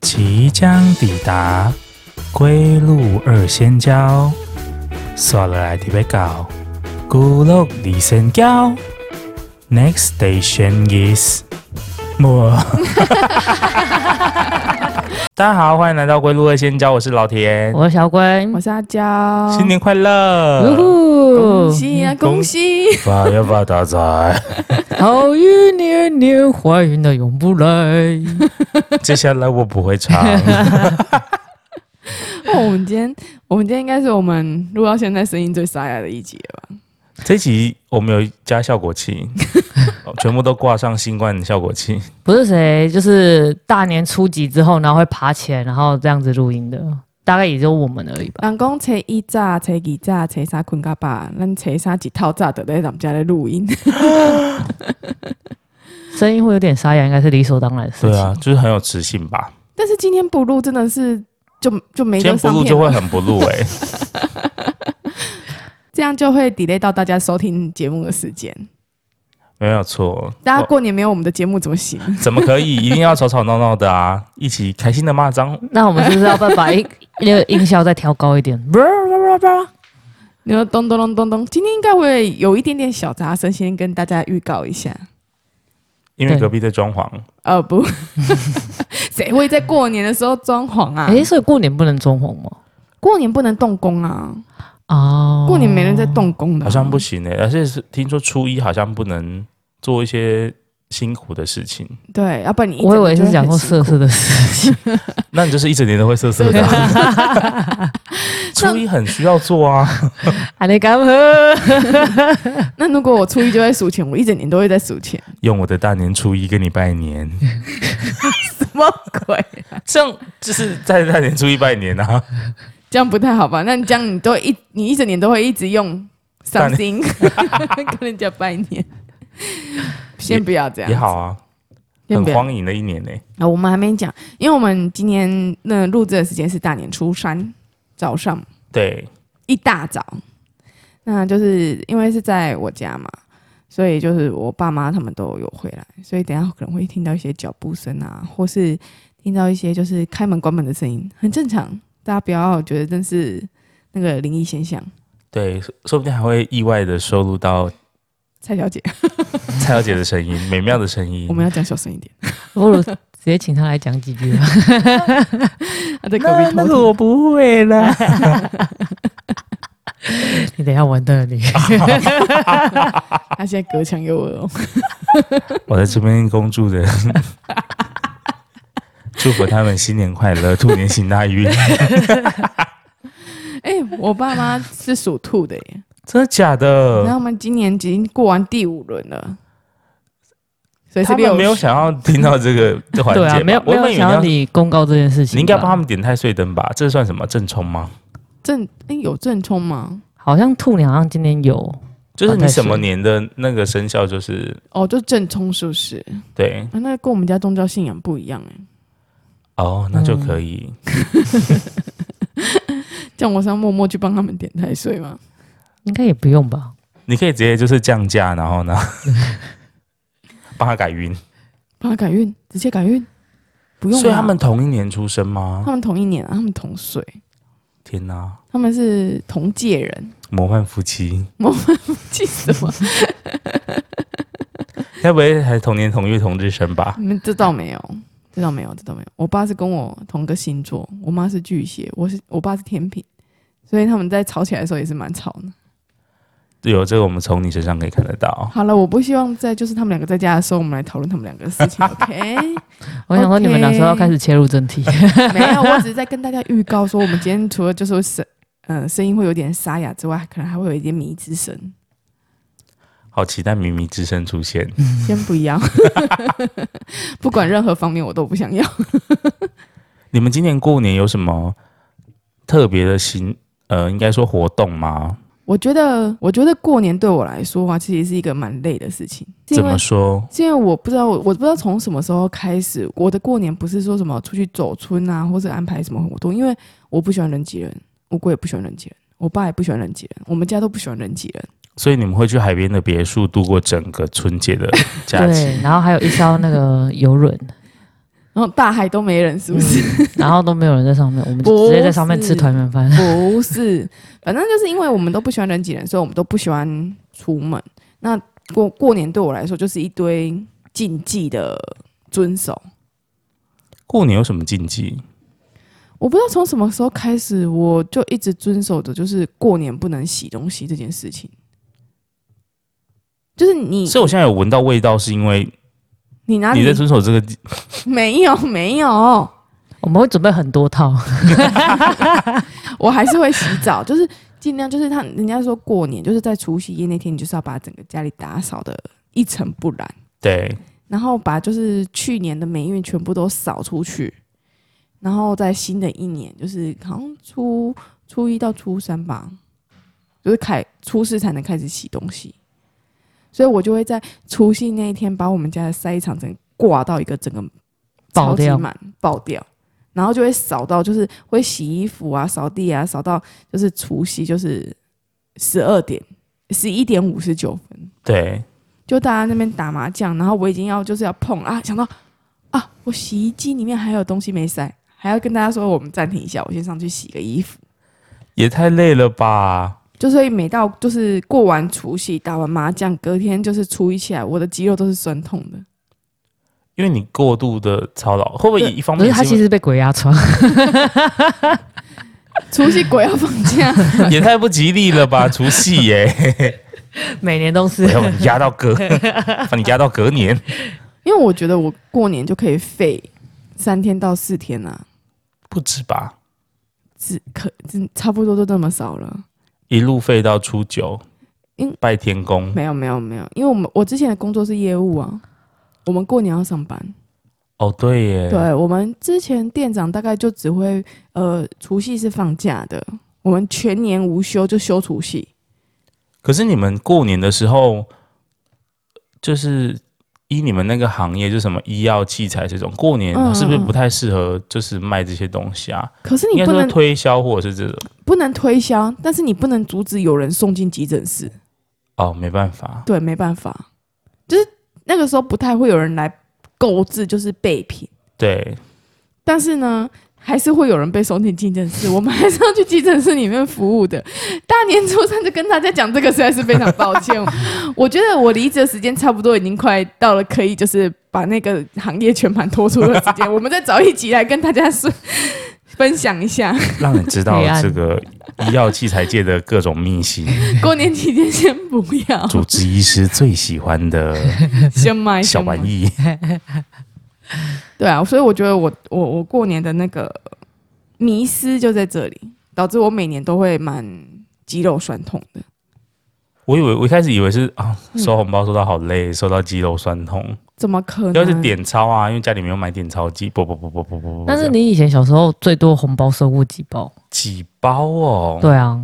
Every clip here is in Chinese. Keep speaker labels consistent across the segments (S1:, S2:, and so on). S1: 即将抵达归路二仙交，刷了来特别高，孤路二仙交。Next station is 莫。大家好，欢迎来到归路二仙交，我是老田，
S2: 我是小龟，
S3: 我是阿娇，
S1: 新年快
S2: 呃
S1: 乐！
S3: 恭
S2: 呜呼，
S3: 喜啊，
S1: 恭
S3: 恭喜！
S1: 发要发大财！
S2: 好运年年，坏运的永不来。
S1: 接下来我不 会唱，
S3: 哦，我们今天，我们今天应该是我们录到现在声音最沙哑的一集了吧？
S1: 这集我们有加效果器，全部都挂上新冠效果器。
S2: 不是谁，就是大年初几之后，然后会爬起来，然后这样子录音的，大概也就我们而已吧。
S3: 人讲初一早、初二早、初三困到饱，咱初三一透早就在咱们家咧录 音。
S2: 声音会有点沙哑，应该是理所当然的事情。
S1: 对啊，就是很有磁性吧。
S3: 但是今天不录，真的是就就没
S1: 今天
S3: 得
S1: 不
S3: 上
S1: 录
S3: 片
S1: 就会
S3: 了，
S1: 很不录哎、
S3: 这样就会 delay 到大家收听节目的时间。
S1: 没有错。
S3: 大家
S1: 哦
S3: 过年没有我们的节目怎么 行？
S1: 怎么可以？一定要吵吵闹闹的啊！一起开心的骂脏。
S2: 那我们是不是要再把音那个音效再调高一 点？
S3: 你说咚咚咚咚咚，今天应该会有一点点小杂声，先跟大家预告一下。
S1: 因为
S2: 对
S1: 隔壁在装潢，
S3: 呃，不， 谁会在过年的时候装潢 啊？
S2: 诶，哎所以过年不能装潢吗？
S3: 过年不能动工啊，
S2: 哦，
S3: 过年没人在动工的、
S1: 好像不。行哎、而且是听说初一好像不能做一些辛苦的事 情，
S3: 对，要不然你一
S2: 我以
S3: 整
S2: 为
S3: 年
S2: 是
S3: 就会
S2: 讲
S3: 很
S2: 说
S3: 辛苦
S2: 色色的事 情。
S1: 那你就是一整年都会瑟瑟的 啊、初一很需要做啊，
S2: 还得干喝，
S3: 那如果我初一就在数钱，我一整年都会在数钱，
S1: 用我的大年初一跟你拜年，
S3: 什么鬼？
S1: 这样就是在大年初一拜年啊。
S3: 这样不太好吧？那你这样你都一你一整年都会一直用
S1: 大
S3: 赏心 跟人家拜年，先不要这样，
S1: 也好啊，
S3: 先
S1: 很
S3: 不要
S1: 荒淫的一年欸呢、
S3: 啊，我们还没讲，因为我们今天那录制的时间是大年初三早上
S1: 对，
S3: 一大早，那就是因为是在我家嘛，所以就是我爸妈他们都有回来，所以等一下可能会听到一些脚步声啊，或是听到一些就是开门关门的声音，很正常，大家不要觉得真是那个灵异现象。
S1: 对，说说不定还会意外的收录到
S3: 蔡小姐，
S1: 蔡小姐的声音，美妙的声音。
S3: 我们要讲小 声一点，
S2: 不如直接请他来讲几句吧。
S1: 啊
S3: 她在隔壁 偷听。
S1: 我不会啦。
S2: 你等一下完蛋了你。
S1: 啊
S3: 她现在隔墙有耳哦。
S1: 我在这边恭祝人，祝福他们新年快乐，兔年行大运。
S3: 哎、我爸妈是属兔的 耶，
S1: 真的假
S3: 然后
S1: 的？
S3: 我们今年已经过完第五轮了，所以是
S1: 他
S3: 六
S1: 们没有
S3: 十
S1: 想要听到这个这环节
S2: 对
S1: 吧，
S2: 啊，没有
S1: 我以
S2: 没有
S1: 为你
S2: 想要
S1: 要，
S2: 你公告这件事情吧。
S1: 你应该帮他们点太岁灯吧？这算什么正冲吗？
S3: 正哎、有正冲吗？
S2: 好像兔娘好像今天有，
S1: 就是你
S2: 放太岁
S1: 什么年的那个生肖，就是
S3: 哦，就正冲是不是？
S1: 对
S3: 啊，那跟我们家宗教信仰不一样哎、
S1: 哦，那就可以。
S3: 这样我是要默默去帮他们点太岁吗？
S2: 应该也不用吧？
S1: 你可以直接就是降价，然后呢，帮他改运。
S3: 帮他改运，直接改运，不用啦。啊
S1: 所以他们同一年出生吗
S3: 他？们同一年啊，他们同岁，
S1: 天哪，
S3: 他们是同届人，
S1: 魔幻夫妻，
S3: 气死我！
S1: 该不会还同年同月同日生吧？
S3: 你们这倒没有，这倒没有，这倒没有。我爸是跟我同个星座，我妈是巨蟹，我是我爸是天平，所以他们在吵起来的时候也是蛮吵的。
S1: 有这个，我们从你身上可以看得到。
S3: 好了，我不希望在就是他们两个在家的时候，我们来讨论他们两个的事情，OK？
S2: 我想说你们哪时候要开始切 入正题？
S3: 没有，我只是在跟大家预告说，我们今天除了就是声，呃，声音会有点沙哑之外，可能还会有一点迷 之声。
S1: 好期待靡靡之声出现。
S3: 先不要， 不管任何方面我都不想要。
S1: 你们今年过年有什么特别的行？呃，应该说活动吗？
S3: 我觉得，我觉得过年对我来说啊，其实是一个蛮累的事情，是
S1: 怎
S3: 因为
S1: 么说？
S3: 是因为我不知道，我不知道从什么时候开始，我的过年不是说什么出去走村啊，或者安排什么活动，因为我不喜欢人挤人，我哥也不喜欢人挤人，我爸也不喜欢人挤人，我们家都不喜欢人挤人。
S1: 所以你们会去海边的别墅度过整个春节的假期？
S2: 对，然后还有一艘那个游轮，
S3: 然后大海都没人，是不是？
S2: 然后都没有人在上面，我们就
S3: 不
S2: 直接在上面吃团圆饭。
S3: 不是，反正就是因为我们都不喜欢人挤人，所以我们都不喜欢出门。那过过年对我来说就是一堆禁忌的遵守。
S1: 过年有什么禁忌？
S3: 我不知道从什么时候开始，我就一直遵守着，就是过年不能洗东西这件事情。就是你，
S1: 所以我现在有闻到味道，是因为
S3: 你哪里
S1: 你在遵守这个禁。
S3: 没有没有，
S2: 我们会准备很多套，
S3: 我还是会洗澡， 就是尽量就是他人家说过年就是在除夕夜那天，你就是要把整个家里打扫的一尘不染。
S1: 对，
S3: 然后把就是去年的霉运全部都扫出去，然后在新的一年，就是好像初初一到初三吧，就是开初四才能开始洗东西，所以我就会在除夕那一天把我们家的晒衣场整个挂到一个整个
S2: 爆
S3: 超级
S2: 掉
S3: 满爆掉，然后就会扫到就是会洗衣服啊、扫地啊，扫到就是除夕就是十二点十一点五十九分。
S1: 对，
S3: 就大家那边打麻将，然后我已经要就是要碰了啊，想到啊，我洗衣机里面还有东西没塞，还要跟大家说我们暂停一下，我先上去洗个衣服。
S1: 也太累了吧？
S3: 就所以每到就是过完除夕打完麻将，隔天就是初一起来，我的肌肉都是酸痛的。
S1: 因为你过度的操劳，会不会
S3: 对
S1: 一方
S2: 可是
S1: 面
S2: 他其
S1: 因为
S2: 实被鬼压床，
S3: 除夕鬼要放假，
S1: 也太不吉利了吧？除夕耶，
S2: 每年都
S1: 我
S2: 是
S1: 要把你压到隔， 把你压到隔年。
S3: 因为我觉得我过年就可以废三天到四天啊，
S1: 不止吧，
S3: 只可只差不多都这么少了。
S1: 一路废到初九
S3: 因，
S1: 拜天公，
S3: 嗯没有没有没有，因为我们我之前的工作是业务啊，我们过年要上班。
S1: 哦，对耶，
S3: 对我们之前店长大概就只会呃，除夕是放假的，我们全年无休就休除夕。
S1: 可是你们过年的时候，就是依你们那个行业，就什么医药器材这种，过年
S3: 嗯嗯
S1: 是不是
S3: 嗯
S1: 不太适合就是卖这些东西啊？
S3: 可是
S1: 应
S3: 你
S1: 该
S3: 不
S1: 说
S3: 能
S1: 推销或者是这种
S3: 不能推销，但是你不能阻止有人送进急诊室。
S1: 哦，没办法，
S3: 对，没办法，就是那个时候不太会有人来购置，就是备品。
S1: 对，
S3: 但是呢，还是会有人被送进急诊室，我们还是要去急诊室里面服务的。大年初三就跟大家讲这个，实在是非常抱 歉。我觉得我离职的时间差不多已经快到了，可以就是把那个行业全盘托出的时间。我们再找一集来跟大家说 分享一下，
S1: 让你知道
S2: 黑暗
S1: 这个医药器材界的各种秘 辛，
S3: 过年期间先不 要，
S1: 主治医师最喜欢的
S3: 先买
S1: 小
S3: 先买
S1: 玩意。
S3: 对啊，所以我觉得我我我过年的那个迷失就在这里，导致我每年都会蛮肌肉酸痛的。
S1: 我以为我一开始以为是啊，
S2: 嗯
S1: 收红包收到好累，收到肌肉酸痛，
S3: 怎么可能？
S1: 要是点钞啊，因为家里没有买点钞机，不不不不不不不，
S2: 但
S1: 这
S2: 是
S1: 样
S2: 你以前小时候最多红包收过几包？
S1: 几包哦，
S2: 对啊，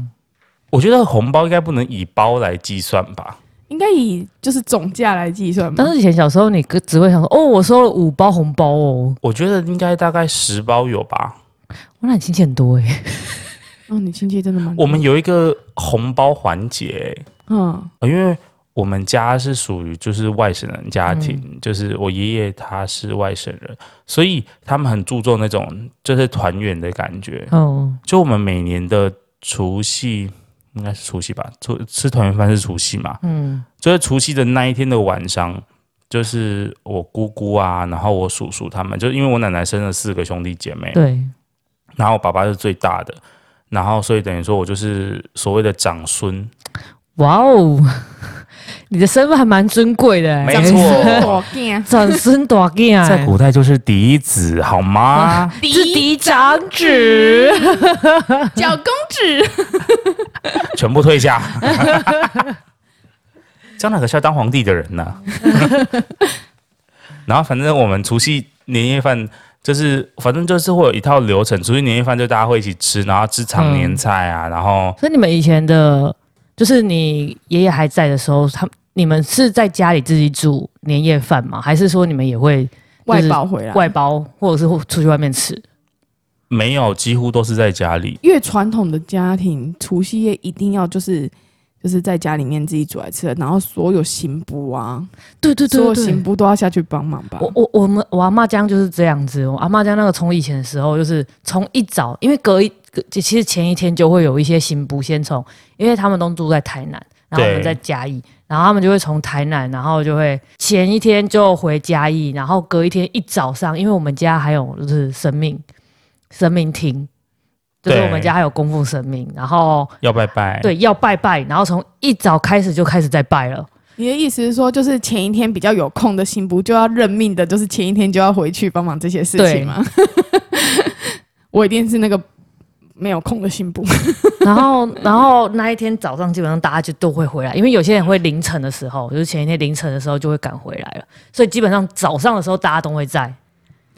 S1: 我觉得红包应该不能以包来计算吧？
S3: 应该以就是总价来计算吧
S2: 但。是以前小时候你个只会想说，哦，我收了五包红包哦，
S1: 我觉得应该大概十包有吧。
S2: 我那你亲戚很多哎、
S3: 哦，你亲戚真的
S2: 嗯
S3: 蛮多
S1: 我们有一个红包环节、
S3: 嗯
S1: 呃因为我们家是属于就是外省人家庭，
S2: 嗯
S1: 就是我爷爷他是外省人，所以他们很注重那种就是团圆的感觉。
S2: 哦，
S1: 就我们每年的除夕，应该是除夕吧，除吃团圆饭是除夕嘛，
S2: 嗯，
S1: 就是除夕的那一天的晚上，就是我姑姑啊，然后我叔叔他们，就是因为我奶奶生了四个兄弟姐妹，
S2: 对，
S1: 然后我爸爸是最大的，然后所以等于说我就是所谓的长孙，
S2: 哇哦， 你的身份还蛮尊贵的、欸，
S1: 没
S3: 长
S1: 错
S3: 孙多见，
S2: 长孙大囝、欸，
S1: 在古代就是嫡子，好吗？
S2: 是嫡长子，
S3: 小公子，
S1: 全部退下。 将来可是要当皇帝的人呢、 然后反正我们除夕年夜饭就是，反正就是会有一套流程。除夕年夜饭就大家会一起吃，然后吃常年菜
S4: 嗯
S1: 啊，然后
S2: 所以你们以前的，就是你爷爷还在的时候，他你们是在家里自己煮年夜饭吗？还是说你们也会
S3: 外保回
S1: 啊
S3: 来，
S2: 外包，或者是出去外面吃？
S1: 没有，几乎都是在家里。
S3: 越传统的家庭，除夕夜一定要就是就是在家里面自己煮来吃的，然后所有刑部啊，
S4: 对对
S3: 所
S4: 对
S3: 有
S4: 对
S3: 刑
S4: 对。
S3: 部都要下去帮忙吧。
S4: 我我我们我阿妈家就是这样子，我阿妈家那个从以前的时候，就是从一早，因为隔一隔其实前一天就会有一些新补先从，因为他们都住在台南，然后我们
S1: 对
S4: 在嘉义，然后他们就会从台南，然后就会前一天就回嘉义，然后隔一天一早上，因为我们家还有就是神明神明厅，就是
S1: 对
S4: 我们家还有供奉神明，然后
S1: 要拜拜。，
S4: 对要拜拜，然后从一早开始就开始在拜了。
S3: 你的意思是说，就是前一天比较有空的刑部就要任命的，就是前一天就要回去帮忙这些事情吗？ 我一定是那个没有空的刑部。
S4: 然后， 然后那一天早上基本上大家就都会回来，因为有些人会凌晨的时候，就是前一天凌晨的时候就会赶回来了，所以基本上早上的时候大家都会在。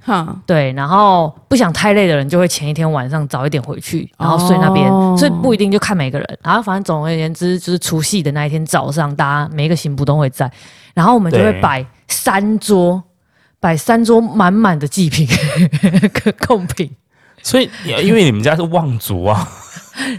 S3: 哈，
S4: 对，然后不想太累的人就会前一天晚上早一点回去，然后睡那边，
S3: 哦
S4: 所以不一定就看每个人。然后反正总而言之，就是除夕的那一天早上，大家每一个行部都会在，然后我们就会
S1: 对
S4: 摆三桌，摆三桌满满的祭品 跟 贡品，
S1: 所以因为你们家是望族 啊，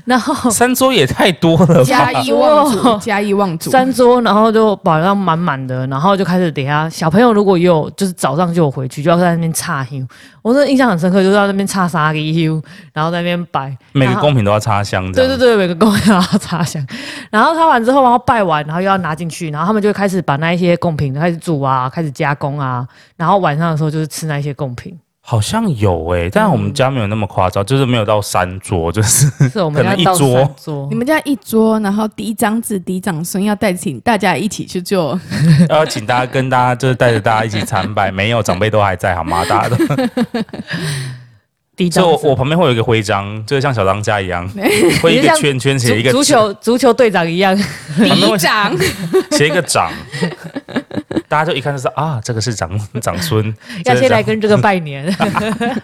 S4: 然后
S1: 三桌也太多 了吧
S3: 嘉？义望 族，嘉义望族，
S4: 三桌，然后就保障满满的，然后就开始等一下小朋友如果也有就是早上就有回去，就要在那边插 U。我真的印象很深刻，就是在那边插沙给 U，然后在那边摆，
S1: 每个
S4: 然后
S1: 贡品都要插香，这
S4: 对
S1: 样
S4: 对对，每个贡品都要插香，然后插完之后，然后拜完，然后又要拿进去，然后他们就会开始把那一些贡品开始煮啊，开始加工啊，然后晚上的时候就是吃那一些贡 品，
S1: 好像有诶、但我们
S4: 嗯
S1: 家没有那么夸张，就是没有到三桌，就是
S4: 是我们
S1: 可
S4: 要
S1: 能一
S4: 到
S1: 桌
S4: 三桌
S3: 你，们家一桌，然后第一张字、第一掌声要带请大家一起去做，
S1: 要请大家跟大家就是带着大家一起参拜，没有长辈都还在好 吗？大家都，
S4: 第
S1: 所以
S4: 一张
S1: 我
S4: 是
S1: 我旁边会有一个徽章，就是像小当家一样，会一
S4: 你
S1: 个
S4: 是
S1: 圈圈写一
S4: 足
S1: 个
S4: 足球足球队长一样，
S3: 第一掌，
S1: 写一个长，大家就一看就是啊，这个是长长孙，
S4: 要
S1: 这个
S4: 先来
S1: 长
S4: 跟这个拜年，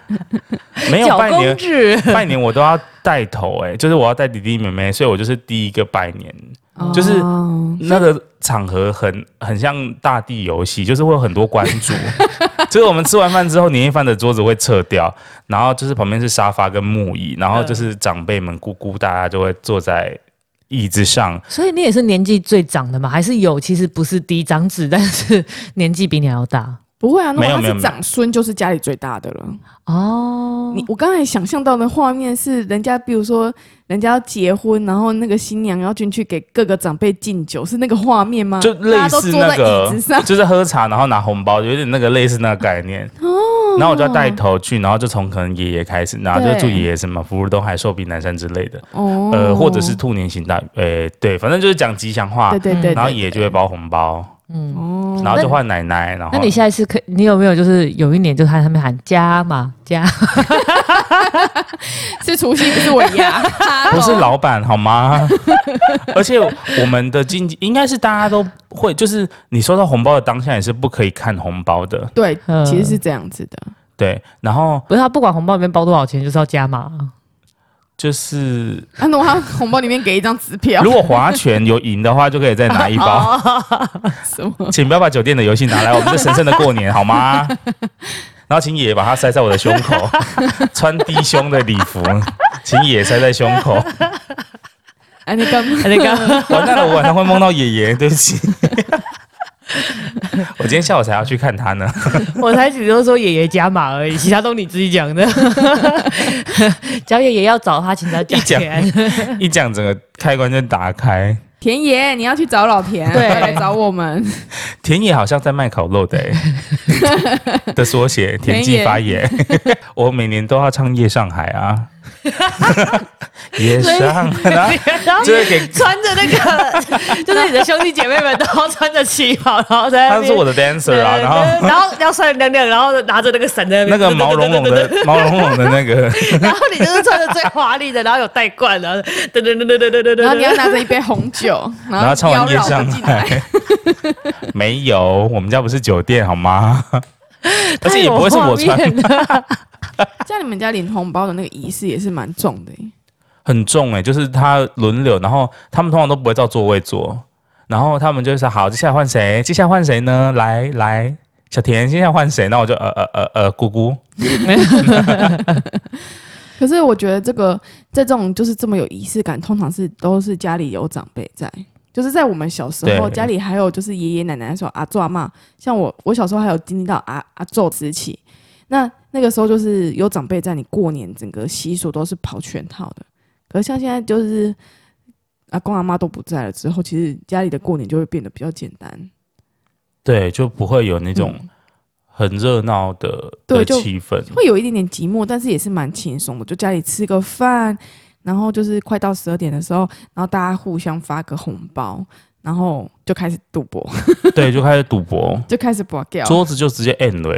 S1: 没有
S4: 小
S1: 拜
S4: 公
S1: 年
S4: 制。
S1: 拜年我都要带头诶、就是我要带弟弟妹妹，所以我就是第一个拜年，就是
S3: 哦
S1: 那个场合很很像大地游戏，就是会有很多关 注。就是我们吃完饭之后，年夜饭的桌子会撤掉，然后就是旁边是沙发跟木椅，然后就是长辈们姑姑大家就会坐在椅子上。
S3: 嗯
S4: 所以你也是年纪最长的吗？还是有其实不是嫡长子，但是 年纪比你还要大
S3: 不会啊，如
S1: 没有
S3: 果他
S1: 没有
S3: 是长孙，就是家里最大的了。
S4: 哦
S3: 你我刚才想象到的画面是，人家比如说人家要结婚，然后那个新娘要进去给各个长辈敬酒，是那个画面吗？
S1: 就类
S3: 大家都
S1: 似
S3: 坐
S1: 那
S3: 在
S1: 个
S3: 椅子上，
S1: 就是喝茶然后拿红包，有点那个类似那个概 念。
S3: 哦
S1: 然后我就要带头去，然后就从可能爷爷开始，然后就
S3: 对
S1: 祝爷爷什么福如东海、寿比南山之类的，
S3: 哦
S1: 呃，或者是兔年行大运，呃，对，反正就是讲吉祥话
S3: 对，对对，对
S1: 然后爷爷就会包红包，
S4: 嗯，
S3: 哦，
S1: 然后就换奶奶，然后
S4: 那你下一次可你有没有就是有一年就在上面喊加嘛加？
S3: 是除夕，不是尾牙，
S1: 不是老板好吗？而且我们的经济应该是大家都会，就是你收到红包的当下也是不可以看红包的，
S3: 对，
S4: 嗯
S3: 其实是这样子的。
S1: 对。然后
S4: 不是啊他不管红包里面包多少钱，就是要加嘛。
S1: 就是
S3: 啊，那我他红包里面给一张支票
S1: 如，果划拳有赢的话，就可以再拿一包。
S3: 什么？
S1: 请不要把酒店的游戏拿来我们这神圣的过年好吗？然后请爷爷把它塞在我的胸口，穿低胸的礼服，请爷爷塞在胸口。
S3: 啊，你干嘛？
S4: 那个
S1: 完蛋了，我晚上会梦到爷爷，对不起。 我今天下午才要去看他呢。
S4: 我才只是说爷爷加码 而已，其他都你自己讲 的。只要爷爷要找他，请他加钱。
S1: 一讲整个开关就打开。
S3: 田野，你要去找老田，
S4: 对
S3: 来找我们。
S1: 田野好像在卖烤肉的、 欸、的缩写，田忌发野。我每年都要唱《夜上海》 啊，夜上海，然后
S4: 然后
S1: 就会给
S4: 穿着那个， 就是你的兄弟姐妹们都要穿着旗袍，然后在那
S1: 他
S4: 边
S1: 是我的 dancer 啊，
S4: 对
S1: 然后
S4: 对然后要帅亮亮，然后拿着那个伞在
S1: 那
S4: 边
S1: 个毛茸茸，的
S4: 对对对对对
S1: 毛茸茸的那个，
S4: 对然后你就是穿的最华丽的，然后有戴冠，啊然后噔噔噔噔噔噔噔
S3: 然后
S4: 噔，
S3: 你要拿着一杯红酒，
S2: 啊
S1: 然后唱
S3: 邀
S1: 完《夜
S3: 老
S1: 上
S3: 婆 进来。
S1: 海》， 没有，我们家不是酒店好 吗？而且也不会是我穿
S4: 太有，画面了
S3: 像你们家领红包的那个仪式也是蛮重的耶，
S1: 很重哎、就是他轮流，然后他们通常都不会照座位坐，然后他们就会说好，接下来换谁？接下来换谁呢？来来，小田，接下来换谁？那我就呃呃呃呃，姑姑，
S3: 可是我觉得这个在这种就是这么有仪式感，通常是都是家里有长辈在，就是在我们小时候，
S1: 对
S3: 家里还有就是爷爷奶奶说阿祖阿妈，像我我小时候还有经历到阿阿祖时期，那那个时候就是有长辈在，你过年整个习俗都是跑全套的。可是像现在就是阿公阿妈都不在了之后，其实家里的过年就会变得比较简单。
S1: 对，就不会有那种
S3: 嗯
S1: 很热闹的
S3: 对
S1: 的
S3: 就
S1: 气氛。
S3: 会有一点点寂寞，但是也是蛮轻松的。就家里吃个饭，然后就是快到十二点的时候，然后大家互相发个红包，然后就开始赌博，
S1: 对，就开始赌博，
S2: 哦
S3: 就开始博掉。
S1: 桌子就直接 end 了。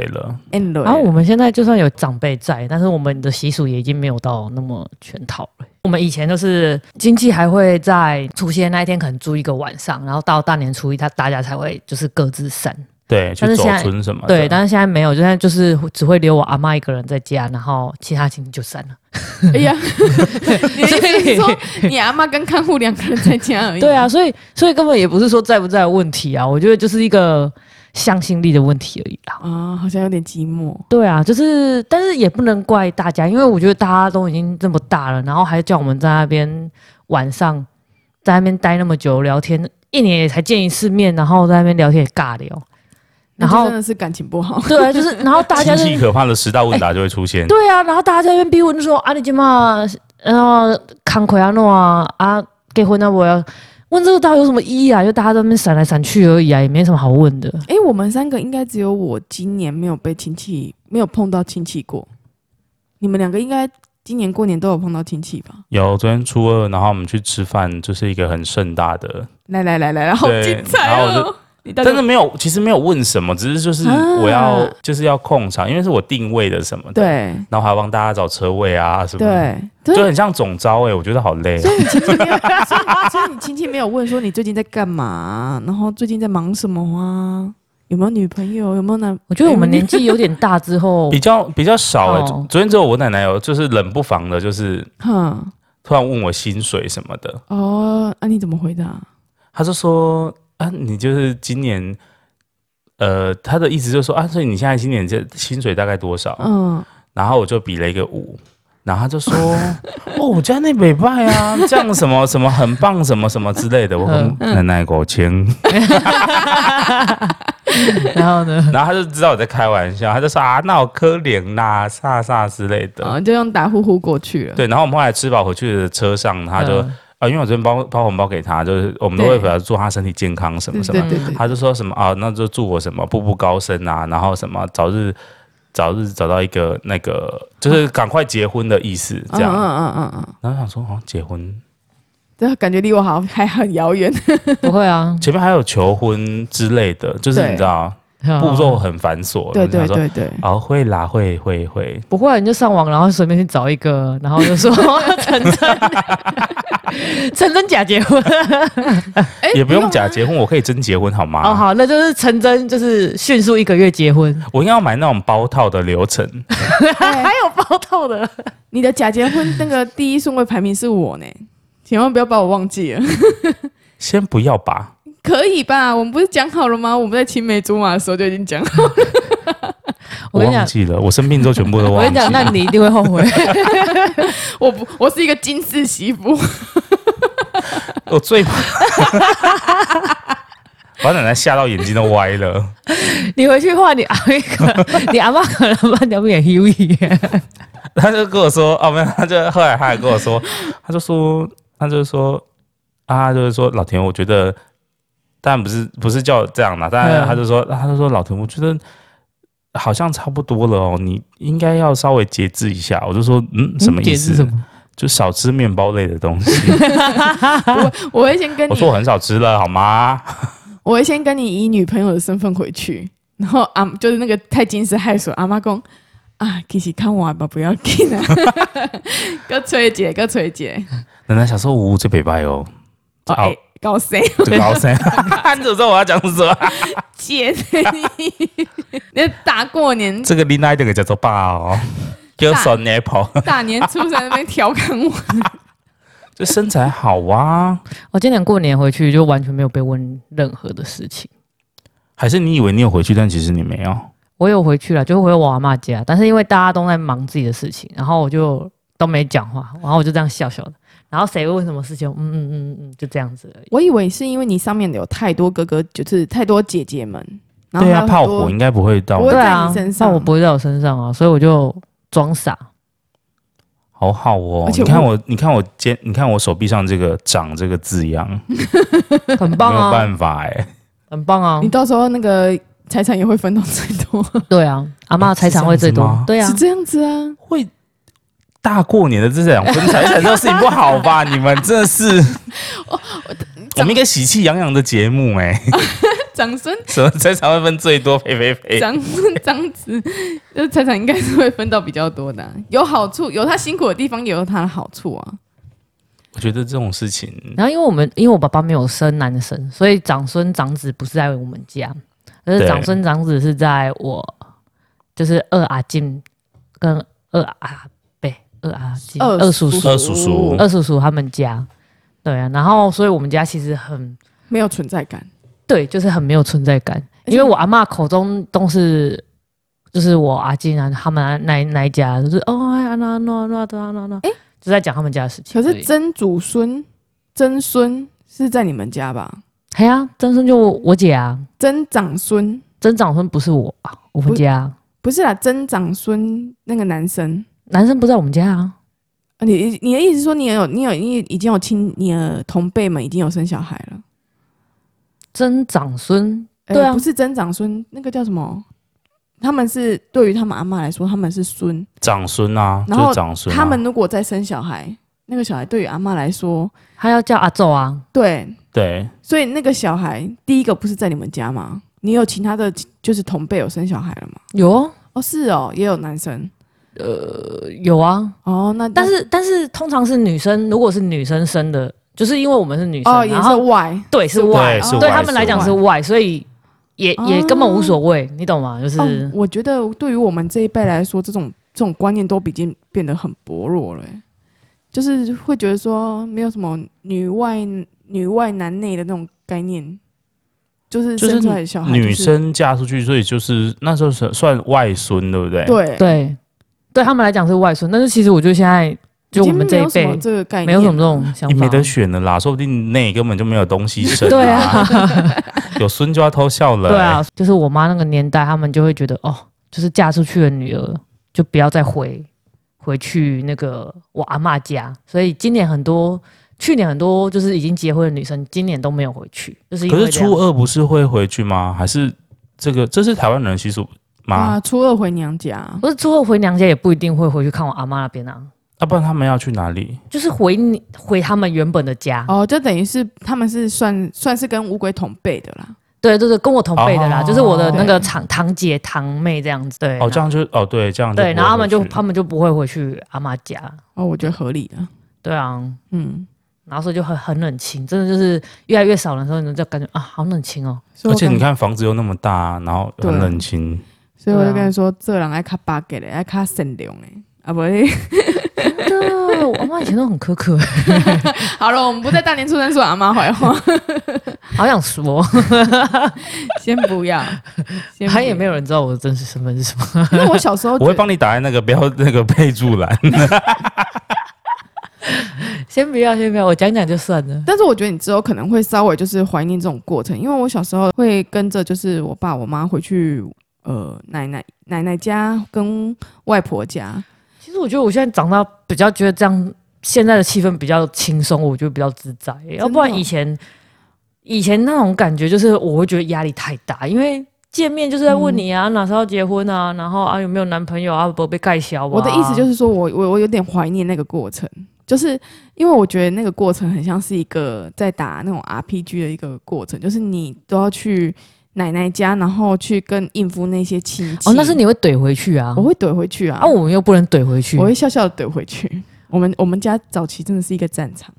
S3: end 了欸
S2: 然啊后我们现在就算有长辈在，但是我们的习俗也已经没有到那么全套了。我们以前就是亲戚还会在除夕夜那一天可能住一个晚上，然后到大年初一他大家才会就是各自散。
S1: 对，去
S2: 但是
S1: 走
S2: 现在
S1: 村什么的。
S2: 对，但是现在没有，就现在就是只会留我阿妈一个人在家，然后其他亲戚就散了。
S3: 哎呀，你的意思是说你阿妈跟看护两个人在家
S1: 哎
S3: 而已？
S2: 对啊，，所以所以根本也不是说在不在的问题啊，我觉得就是一个向心力的问题而已啦。
S3: 啊、好像有点寂寞。
S2: 对啊，就是，但是也不能怪大家，因为我觉得大家都已经这么大了，然后还叫我们在那边晚上在那边待那么久聊天，一年也才见一次面，然后在那边聊天也尬聊，
S3: 那
S2: 然
S3: 就
S2: 后
S3: 真的是感情不好，
S2: 对啊，就是，然后大 家
S1: 亲
S2: 就
S1: 戚可怕的十大问答就会出现。
S2: 对啊，然后大家在那边逼问说啊，你今嘛，然后康奎阿诺啊啊，结婚啊我要问这个到底有什么意义啊？就大家在那边闪来闪去而已啊，也没什么好问的。
S3: 哎、我们三个应该只有我今年没有被亲戚没有碰到亲戚过，你们两个应该今年过年都有碰到亲戚吧？
S1: 有昨天初二，然后我们去吃饭，就是一个很盛大的，
S3: 来来来来来，好
S1: 对
S3: 精彩
S1: 然后
S3: 哦！你到底
S1: 但是没有，其实没有问什么，只是就是
S3: 啊
S1: 我要、就是要控场，因为是我定位的什么的，，
S3: 对
S1: 然后还帮大家找车位啊什么的，
S3: 对，
S1: 就
S3: 所以
S1: 很像总招哎、我觉得好累、
S3: 所
S1: 啊。
S3: 以你亲戚没有，所以所以你亲戚没有问说你最近在干嘛，然后最近在忙什么啊？有没有女朋友？有没有男？
S2: 我觉得我们
S3: 哎
S2: 年纪有点大之后
S1: 比，较比较少哎、
S2: 哦
S1: 昨天只有我奶奶有，就是冷不防的，就是
S3: 哼
S1: 突然问我薪水什么的，
S3: 哦，那、你怎么回答？
S1: 她就说啊，你就是今年，呃，她的意思就是说啊，所以你现在今年这薪水大概多少？
S3: 嗯，
S1: 然后我就比了一个五，然后他就说：“ 哦，我家那北拜啊，这样什么什么很棒，什么什么之类的。”我
S2: 嗯
S1: 跟奶奶狗亲，
S2: 然后呢？
S1: 然后他就知道我在开玩笑，他就说：“啊，那好可怜呐，啥啥之类的。
S3: 啊，就用打呼呼过去了。
S1: 对，然后我们后来吃饱回去的车上，他就、
S2: 嗯
S1: 啊，因为我昨天包包红包给他，就是我们都会
S3: 对
S1: 给他祝他身体健康什么
S3: 对
S1: 什
S3: 对
S1: 么。
S3: 对对，
S1: 他就说什么啊，那就祝我什么步步高升啊，然后什么早日早日找到一个那个，就是赶快结婚的意思，这样。
S3: 嗯嗯嗯嗯嗯，
S1: 然后想说，好、像结婚
S3: 这感觉离我好像还很遥远。
S2: 不会 啊，
S1: 前面还有求婚之类的，就是
S3: 对
S1: 你知道
S2: 嗯
S1: 步骤很繁琐。
S3: 对
S1: 你想
S3: 对
S1: 说
S3: 对对，
S1: 哦，会啦，会会会，
S2: 不会啊，你就上网，然后随便去找一个，然后就说 陈真，陈真假结婚。
S3: 哎
S1: 也不用
S3: 讲。
S1: 假结婚，我可以真结婚好吗？
S2: 哦，好，那就是陈真，就是迅速一个月结婚，
S1: 我应该要买那种包套的流程，
S2: 还有包套的。
S3: 哎你的假结婚那个第一顺位排名是我呢，千万不要把我忘记了。
S1: 先不要吧。
S3: 可以吧？我们不是讲好了吗？我们在青梅竹马的时候就已经讲好。
S2: 我
S1: 我
S2: 跟你讲
S1: 忘记了，我生病之后全部都
S2: 我
S1: 忘
S2: 跟你
S1: 记
S2: 讲，那
S1: 了。
S2: 你一定会后悔。
S3: 我不，我是一个金氏媳妇。
S1: 我最怕， 把奶奶吓到眼睛都歪了。
S2: 你回去换你阿妹可，你阿妈可能把你阿妹给 u 一。
S1: 他就跟我说，哦，没有，他就后来他还跟我说， 他就说，他就说，啊，他就是说，老田，我觉得，当然不是不是叫这样啦，当然
S2: 嗯
S1: 他就说，他就说，老田，我觉得好像差不多了哦，你应该要稍微节制一下。我就说，嗯，什么意思？
S2: 是什么？
S1: 就少吃面包类的东西。
S3: 我我会先跟
S1: 我
S3: 你，
S1: 说我
S3: 我
S1: 很少吃了，好吗？
S3: 会先跟你以女朋友的身份回去，然后阿、就是那个太金氏害死阿妈公啊，其实看我吧，不要紧啊。 个崔姐，个崔姐，
S1: 奶奶小时候五五最北拜哦，
S3: 哦，
S1: 好
S3: 哎告谁？
S1: 这高 三，你怎么知道我要讲什么？
S3: 姐你， 那大过年
S1: 这个林奈这个叫做爸哦，叫 son apple，
S3: 大年初三在那边调 侃我，
S1: 这身材好啊。
S2: 我今年过年回去就完全没有被问任何的事情。
S1: 还是你以为你有回去，但其实你没有。
S2: 我有回去了，就回我阿妈家，但是因为大家都在忙自己的事情，然后我就都没讲话，然后我就这样笑笑的。然后谁问什么事情，嗯嗯嗯嗯，就这样子而已。
S3: 我以为是因为你上面有太多哥哥，就是太多姐姐们，然后
S1: 对
S3: 还
S1: 啊，
S3: 有
S1: 炮
S3: 很多
S1: 火应该不会到
S3: 不，会
S2: 对
S3: 在
S2: 啊
S3: 你身，上
S2: 但我不会在我身上啊，所以我就装傻。
S1: 好好哦
S3: 而。且
S1: 你
S3: 我
S1: 看我，你看我肩，你看我手臂上这个“长”这个字样，
S2: 很
S1: 没
S2: 棒
S1: 有
S2: 啊，
S1: 办法哎。
S2: 很棒啊
S3: 你！到时候那个财产也会分到最多，
S2: 对啊，阿妈财产会最
S1: 是这样
S2: 多
S1: 子吗。
S2: 对啊
S3: 是，这样子啊。
S1: 会大过年的这两分财产这种事情不好 吧？你们真的是，我们一个喜气洋洋的节目 哎、
S3: 掌声，
S1: 什么财产会分最多？呸呸呸！
S3: 掌声，张子，这财产应该是会分到比较多的啊、有好处，有他辛苦的地方，也有他的好处啊。
S1: 我觉得这种事情，
S2: 然后因为我们因为我爸爸没有生男生，所以长孙长子不是在我们家，而是
S1: 对
S2: 长孙长子是在我就是二阿进跟二阿伯、二阿进、嗯二叔叔、
S1: 二叔
S3: 嗯
S1: 叔
S2: 二叔叔他们家。对啊，然后所以我们家其实很
S3: 没有存在感，
S2: 对，就是很没有存在感，
S3: 而且
S2: 因为我阿嬷口中都是。就是我阿进啊，他们那那一家，就是哦，哎呀，那那那那那那，哎，就在讲他们家的事情
S3: 可
S2: 而已。
S3: 是曾祖孙、曾孙是在你们家吧？
S2: 哎呀，曾孙就我姐啊，
S3: 曾长孙
S2: 曾长孙不是我啊，我们家啊
S3: 不是啦，曾长孙那个男生，
S2: 男生不在我们家啊，
S3: 啊你你的意思是说你也有你有你已经有亲你的同辈们已经有生小孩了？
S2: 曾长孙
S3: 呃
S2: 对啊
S3: 不是曾长孙，那个叫什么？他们是对于他们阿妈来说，他们是孙，
S1: 长孙啊，
S3: 然
S1: 就
S3: 后
S1: 是长孙、啊。
S3: 他们如果再生小孩，那个小孩对于阿妈来说，
S2: 他要叫阿昼啊，
S3: 对，
S1: 对
S3: 所以那个小孩第一个不是在你们家吗？你有其他的就是同辈有生小孩了吗？
S2: 有哦
S3: 哦，是哦，也有男生
S2: 呃有啊，
S3: 哦，那
S2: 但是但是通常是女生，如果是女生生的，就是因为我们是女生，
S3: 哦也
S2: 然
S3: 是
S2: 后
S3: Y，
S2: 对是
S3: 是
S2: 外，
S1: 对是
S2: 对
S1: 外
S2: 他们来讲是外，所以也也根本无所谓，你懂吗？就是、
S3: 哦，我觉得对于我们这一辈来说，这种这种观念都已经变得很薄弱了欸，就是会觉得说没有什么女外女外男内的那种概念，就是
S1: 就是
S3: 生出来的小孩、
S1: 女生嫁出去，所以就是那时候是算外孙，对不对？，
S3: 对，
S2: 对对他们来讲是外孙，但是其实我觉得现在就我们这一
S3: 已经没有什
S2: 辈
S3: 么这个概念，
S2: 没有什么这种想
S1: 你
S2: 法
S1: 没，得选的啦，说不定那根本就没有东西生、
S2: 对
S1: 啊， 有孙就要偷笑了、欸
S2: 对啊，，就是我妈那个年代，他们就会觉得哦，就是嫁出去的女儿就不要再回回去那个我阿嬷家，所以今年很多，去年很多就是已经结婚的女生，今年都没有回去，就是因
S1: 可
S2: 为
S1: 是
S2: 这样
S1: 初二不是会回去吗？还是这个这是台湾人的习俗吗
S3: 啊，？初二回娘家，
S2: 不是初二回娘家也不一定会回去看我阿妈那边啊，
S1: 要、不然他们要去哪里？
S2: 就是回你回他们原本的家，
S3: 哦，就等于是他们是算算是跟乌龟同辈的啦。
S2: 对对对，跟我同辈的啦，
S1: 哦
S2: 就是我的那个堂堂姐堂妹这样子，对，啊
S1: 哦，这样就哦，对，这样就
S2: 对，
S1: 不
S2: 然
S1: 会
S2: 后他们就
S1: 回去
S2: 他们就不会回去阿妈家，
S3: 哦，我觉得合理的。
S2: 对啊，
S3: 嗯，
S2: 然后所以就很很冷清，真的就是越来越少人的时候，你就感觉啊，好冷清哦。
S3: 所
S1: 而
S3: 以我
S1: 且你
S3: 跟，
S1: 看房子又那么大，然后
S3: 对
S1: 很冷清，
S3: 所以我就
S2: 对啊
S3: 跟你说，这人爱卡八给的，爱卡善良哎。啊不嘞，
S2: 真的，我阿妈以前都很苛刻，
S3: 好了，我们不在大年初三说阿妈坏话，
S2: 好想说，
S3: 先不要，先
S2: 好像也没
S3: 有。
S2: 有人知道我的真实身份是什么。
S3: 因为我小时候
S1: 我会
S3: 觉得
S1: 帮你打在那个不要 那个备注栏。
S2: 先不要，先不要，我讲讲就算了。
S3: 但是我觉得你之后可能会稍微就是怀念这种过程，因为我小时候会跟着就是我爸我妈回去呃奶奶奶奶家跟外婆家，
S2: 其实我觉得我现在长大比较觉得这样，现在的气氛比较轻松，我觉得比较自在。
S3: 哦
S2: 要不然以前，以前那种感觉就是我会觉得压力太大，因为。见面就是在问你啊，哪时候要结婚啊，然后啊有没有男朋友啊，不被盖小啊。，
S3: 嗯我的意思就是是说我我我有点怀念那个过程，就是因为我觉得那个过程很像是一个在打那种 RPG 的一个过程，就是你都要去奶奶家，然后去跟应付那些亲戚。
S2: 哦，那是你会怼回去啊，
S3: 我会怼回去啊，
S2: 啊，我们又不能怼回去。
S3: 我会笑笑的怼回去。 我们我们家早期真的是一个战场，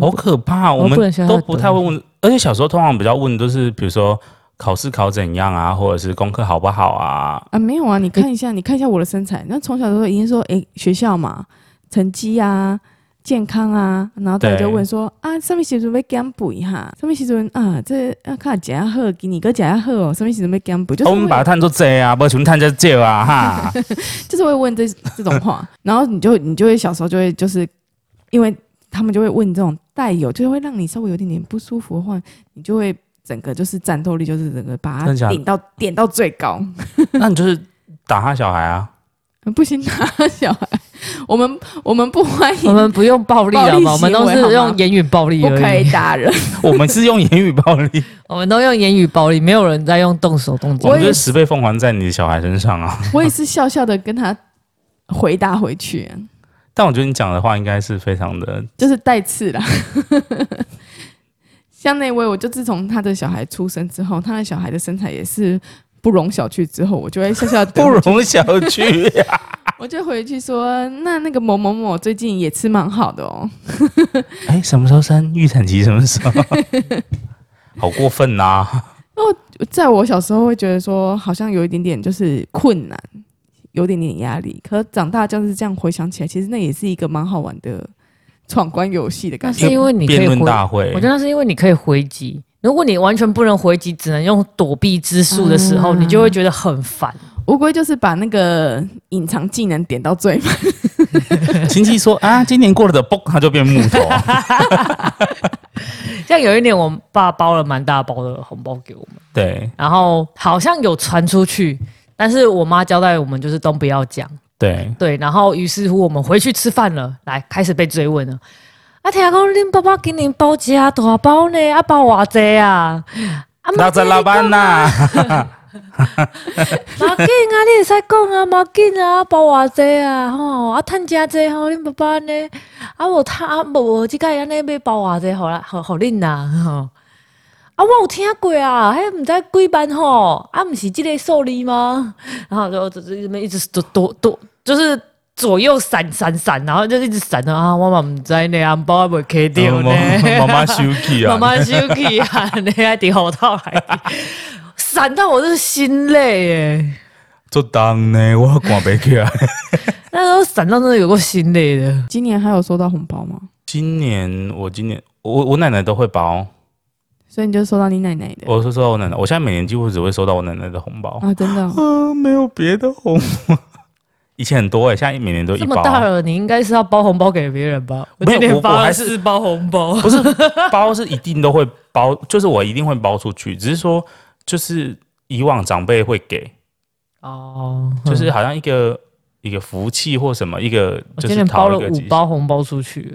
S1: 好可怕！
S2: 我
S1: 我们
S2: 不能想象
S1: 都不太会问，而且小时候通常比较问都是，比如说考试考怎样啊，或者是功课好不好啊。
S3: 啊，没有啊，你看一下，你看一下我的身材。那从小都已经说，诶，学校嘛，成绩啊，健康啊，然后大家就问说啊，什么时阵要减肥哈？什么时阵啊？这啊，看食较好，给你哥食较好哦。什么时阵要减肥？就 是
S1: 我们把
S3: 会
S1: 碳做济啊，不存碳就少啊哈。
S3: 就是会问这这种话， 然后你就你就会小时候就会就是，因为他们就会问这种带有，就会让你稍微有点点不舒服的话，你就会整个就是战斗力就是整个把
S1: 真假
S3: 它
S1: 的
S3: 顶到点到最高。
S1: 那你就是打他小孩啊，
S3: 不行，打小孩，我们我们不欢
S2: 我
S3: 迎，
S2: 们不用暴力
S3: 暴力
S2: 了嘛，我们
S3: 行
S2: 都
S3: 为
S2: 是
S3: 好吗
S2: 用言语暴力
S3: 不可
S2: 而已
S3: 以，打人。
S1: 我们是用言语暴力，
S2: 我们都用言语暴力，没有人在用动手动
S1: 我
S2: 脚
S3: 也
S1: 们。就是十倍奉还在你的小孩身上啊。
S3: 我也是笑笑的跟他回答回去、啊，
S1: 但我觉得你讲的话应该是非常的，
S3: 就是带刺啦。 像那位，我就自从他的小孩出生之后，他的小孩的身材也是不容小觑，之后我就会笑笑
S1: 不
S3: 的，
S1: 容小觑呀、
S3: 我就回去说，那那个某某某最近也吃蛮好的哦，
S1: 哎、什么时候生？预产期什么时候？ 好过分啊呐、
S3: 在我小时候会觉得说，好像有一点点就是困难，有点点压力。可长大就是这样回想起来，其实那也是一个蛮好玩的闯关游戏的感
S2: 那
S3: 觉
S2: 是。因为你可
S1: 辩
S2: 以
S1: 论
S2: 回，
S1: 大会
S2: 我觉，得那是因为你可以回击。如果你完全不能回击，只能用躲避之术的时候，
S3: 啊
S2: 你就会觉得很烦。
S3: 乌龟就是把那个隐藏技能点到最 满，
S1: 亲戚说啊，今年过了的嘣，他就变木头。啊
S2: 像有一年，我爸包了蛮大包的红包给我们，
S1: 对
S2: 然后好像有传出去，但是我妈交代我们就是都不要讲。
S1: 对，
S2: 对，然后于是乎我们回去吃饭了，来开始被追问了。啊，听讲恁爸爸给你包一啊大包呢，啊包偌济啊？啊，
S1: 那在老板呐、
S2: 嘛紧啊，你会使讲啊，嘛紧啊，包偌济啊，吼，啊，趁诚济吼，恁爸爸呢？啊，无趁啊，无即个安尼要包偌济，互啦，互互恁啦，吼。啊，我有听过啊，迄毋知几万吼，啊，毋是即个数字吗？然后就就是一直躲躲躲，就是左右闪闪闪，然后就一直闪的啊，我嘛毋知呢，红包也袂开掉
S1: 嗯
S2: 呢。
S1: 妈妈休息啊
S2: 慢，慢休息啊， 你还伫后头来，闪到我真是心累耶！
S1: 做当呢，我赶不起啊来。
S2: 那时候闪到真的有够心累的。
S3: 今年还有收到红包吗？
S1: 今年我今年我我奶奶都会包，
S3: 所以你就收到你奶奶的
S1: 我是收到我奶奶，我现在每年几乎只会收到我奶奶的红包。
S3: 啊，真的 哦、
S1: 啊，没有别的红包， 以前很多哎、欸，现在每年都一
S2: 这么
S1: 包。
S2: 大了，你应该是要包红包给别人吧？我
S1: 没有
S2: 今天
S1: 我
S2: 发
S1: 我还
S2: 了
S1: 是
S2: 四包红包，
S1: 不是包是一定都会包，就是我一定会包出去，只是说就是以往长辈会给，
S2: 哦，
S1: 就是好像一个、一个福气或什么一个
S2: 我
S1: 就
S2: 今
S1: 是
S2: 天包
S1: 讨
S2: 了
S1: 一个
S2: 五
S1: 吉祥。
S2: 包红包出去，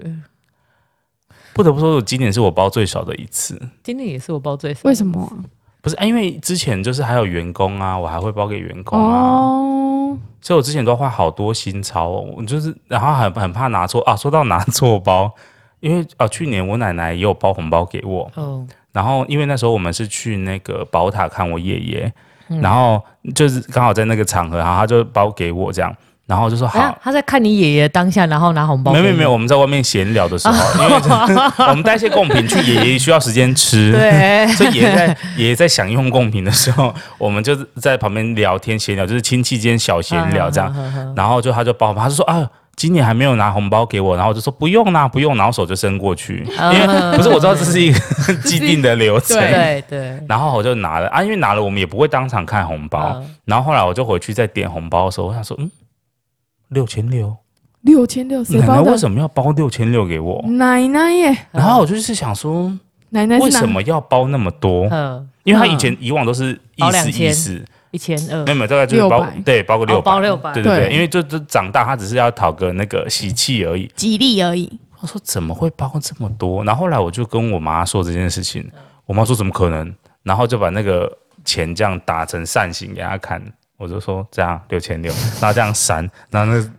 S1: 不得不说，我今年是我包最少的一次。
S2: 今天也是我包最少。
S3: 为什么啊、
S1: 不是、啊因为之前就是还有员工啊，我还会包给员工啊，
S3: 哦，
S1: 所以我之前都花好多新钞、哦，我就是然后很很怕拿错啊。说到拿错包， 因为啊去年我奶奶也有包红包给我，
S2: 哦？
S1: 然后因为那时候我们是去那个宝塔看我爷爷，
S2: 嗯
S1: 然后就是刚好在那个场合，然后他就包给我这样，然后就说
S2: 好像
S1: 好。
S2: 他在看你爷爷当下，然后拿红啊包。哦
S1: 没有没有没有，，我们在外面闲聊的时候，因为 我们带一些贡品去爷爷需要时间吃，
S2: 对
S1: 所以爷爷在爷爷在享用贡品的时候，我们就是在旁边聊天闲聊，就是亲戚间小闲聊这样。
S2: 样。
S1: 然后就他就包，他就说啊，今年还没有拿红包给我，然后我就说不用啦，不用，然后手就伸过去，因为不是我知道这是一个既定的流程，
S2: 对对，
S1: 然后我就拿了啊，因为拿了我们也不会当场看红包，
S2: 嗯
S1: 然后后来我就回去再点红包的时候，我想说，嗯，六千六，
S3: 六千六，谁
S1: 奶奶
S3: 包
S1: 为
S3: 的？
S1: 什么要包六千六给我？
S3: 奶奶耶，
S1: 然后我就是想说，
S3: 奶奶
S1: 为
S3: 是哪
S1: 什？么要包那么多？
S2: 嗯，
S1: 因为他以前以往都是
S2: 包
S1: 意思
S2: 2000
S1: 意思，
S2: 一千二
S1: 没有没有，大概就是包
S3: 600
S1: 对包个六
S2: 哦
S1: 百、
S2: 包六百
S1: 对对对，
S3: 对
S1: 因为就就长大，他只是要讨个那个喜气而已。
S3: 吉利而已。
S1: 我说怎么会包这么多？然后后来我就跟我妈说这件事情，我妈说怎么可能？然后就把那个钱这样打成扇形给她看，我就说这样六千六，然后这样扇，然后那个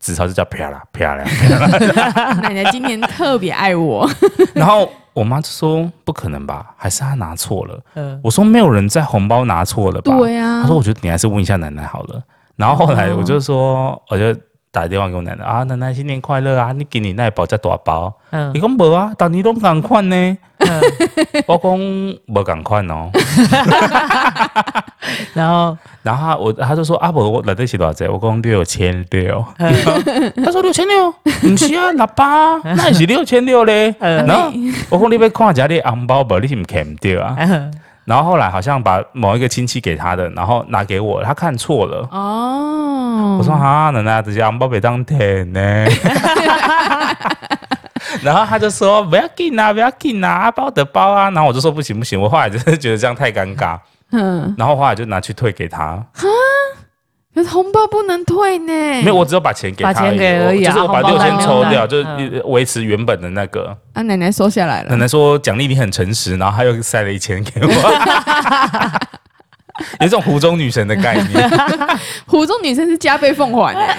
S1: 纸钞就叫啪啦啪啦，啪啦
S3: 奶奶今年特别 爱我，
S1: 然后我妈就说不可能吧，还是她拿错了。
S2: 嗯
S1: 我说没有人在红包拿错了吧？
S3: 对啊
S1: 她说我觉得你还是问一下奶奶好了。然后后来
S2: 哦
S1: 我就说，我就打电话给我奶奶啊，奶奶新年快乐啊，你给你那包叫大包。伊
S2: 嗯
S1: 讲无啊，但你拢共款呢？
S2: 嗯，
S1: 我讲无共款 哦。
S2: 然后
S1: 然 后他我他就说啊，无我内底是偌济，我讲六千六。
S2: 嗯
S1: 他说六千六，毋是啊，六百啊，那是六千六嘞。
S2: 呃
S1: 然后
S3: 哎
S1: 我讲你要看一下你的红包无，你是毋看唔对
S2: 嗯
S1: 啊？然后后来好像把某一个亲戚给他的，然后拿给我，他看错了。
S3: 哦，
S2: 嗯
S1: 我说啊哈，奶奶，这些红包被当舔 呢。然后他就说不要紧啊，不要紧啊，啊包的包啊。然后我就说不行不行，我后来就是觉得这样太尴尬，
S3: 嗯，
S1: 然后后来就拿去退给他。
S3: 可是红包不能退呢，
S1: 没有，我只有把钱给他
S2: 嗯把钱给而已
S1: 我就
S2: 啊
S1: 是我把
S2: 红
S1: 六
S2: 包
S1: 千抽掉，
S2: 当然
S1: 就是
S2: 嗯
S1: 维持原本的那个。
S3: 啊，奶奶收下来了，
S1: 奶奶说奖励你很诚实，然后他又塞了一千给我， 有一种湖中女神的概念，
S3: 湖中女生是加倍奉还欸，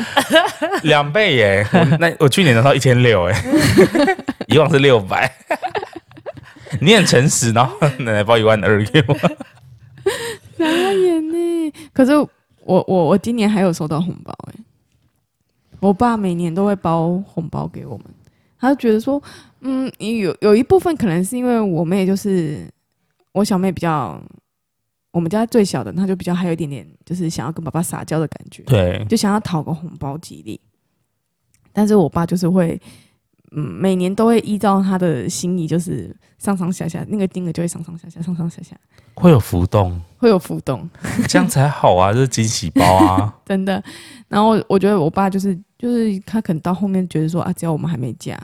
S1: 两倍耶！我那我去年拿到一千六哎，以往是六百。 你很诚实，然后奶奶包一万二给我，
S3: 傻眼呢。可是我我我今年还有收到红包哎、我爸每年都会包红包给我们，他就觉得说，嗯，有有一部分可能是因为我妹就是我小妹比较，我们家最小的，她就比较还有一点点就是想要跟爸爸撒娇的感觉，
S1: 对，
S3: 就想要讨个红包吉利。但是我爸就是会，嗯，每年都会依照他的心意，就是上上下下那个金额就会上上下下，上上下下
S1: 会有浮动，
S3: 会有浮动，
S1: 这样才好啊，这是惊喜包 啊，
S3: 真的。然后我觉得我爸就是就是他可能到后面觉得说啊，只要我们还没嫁，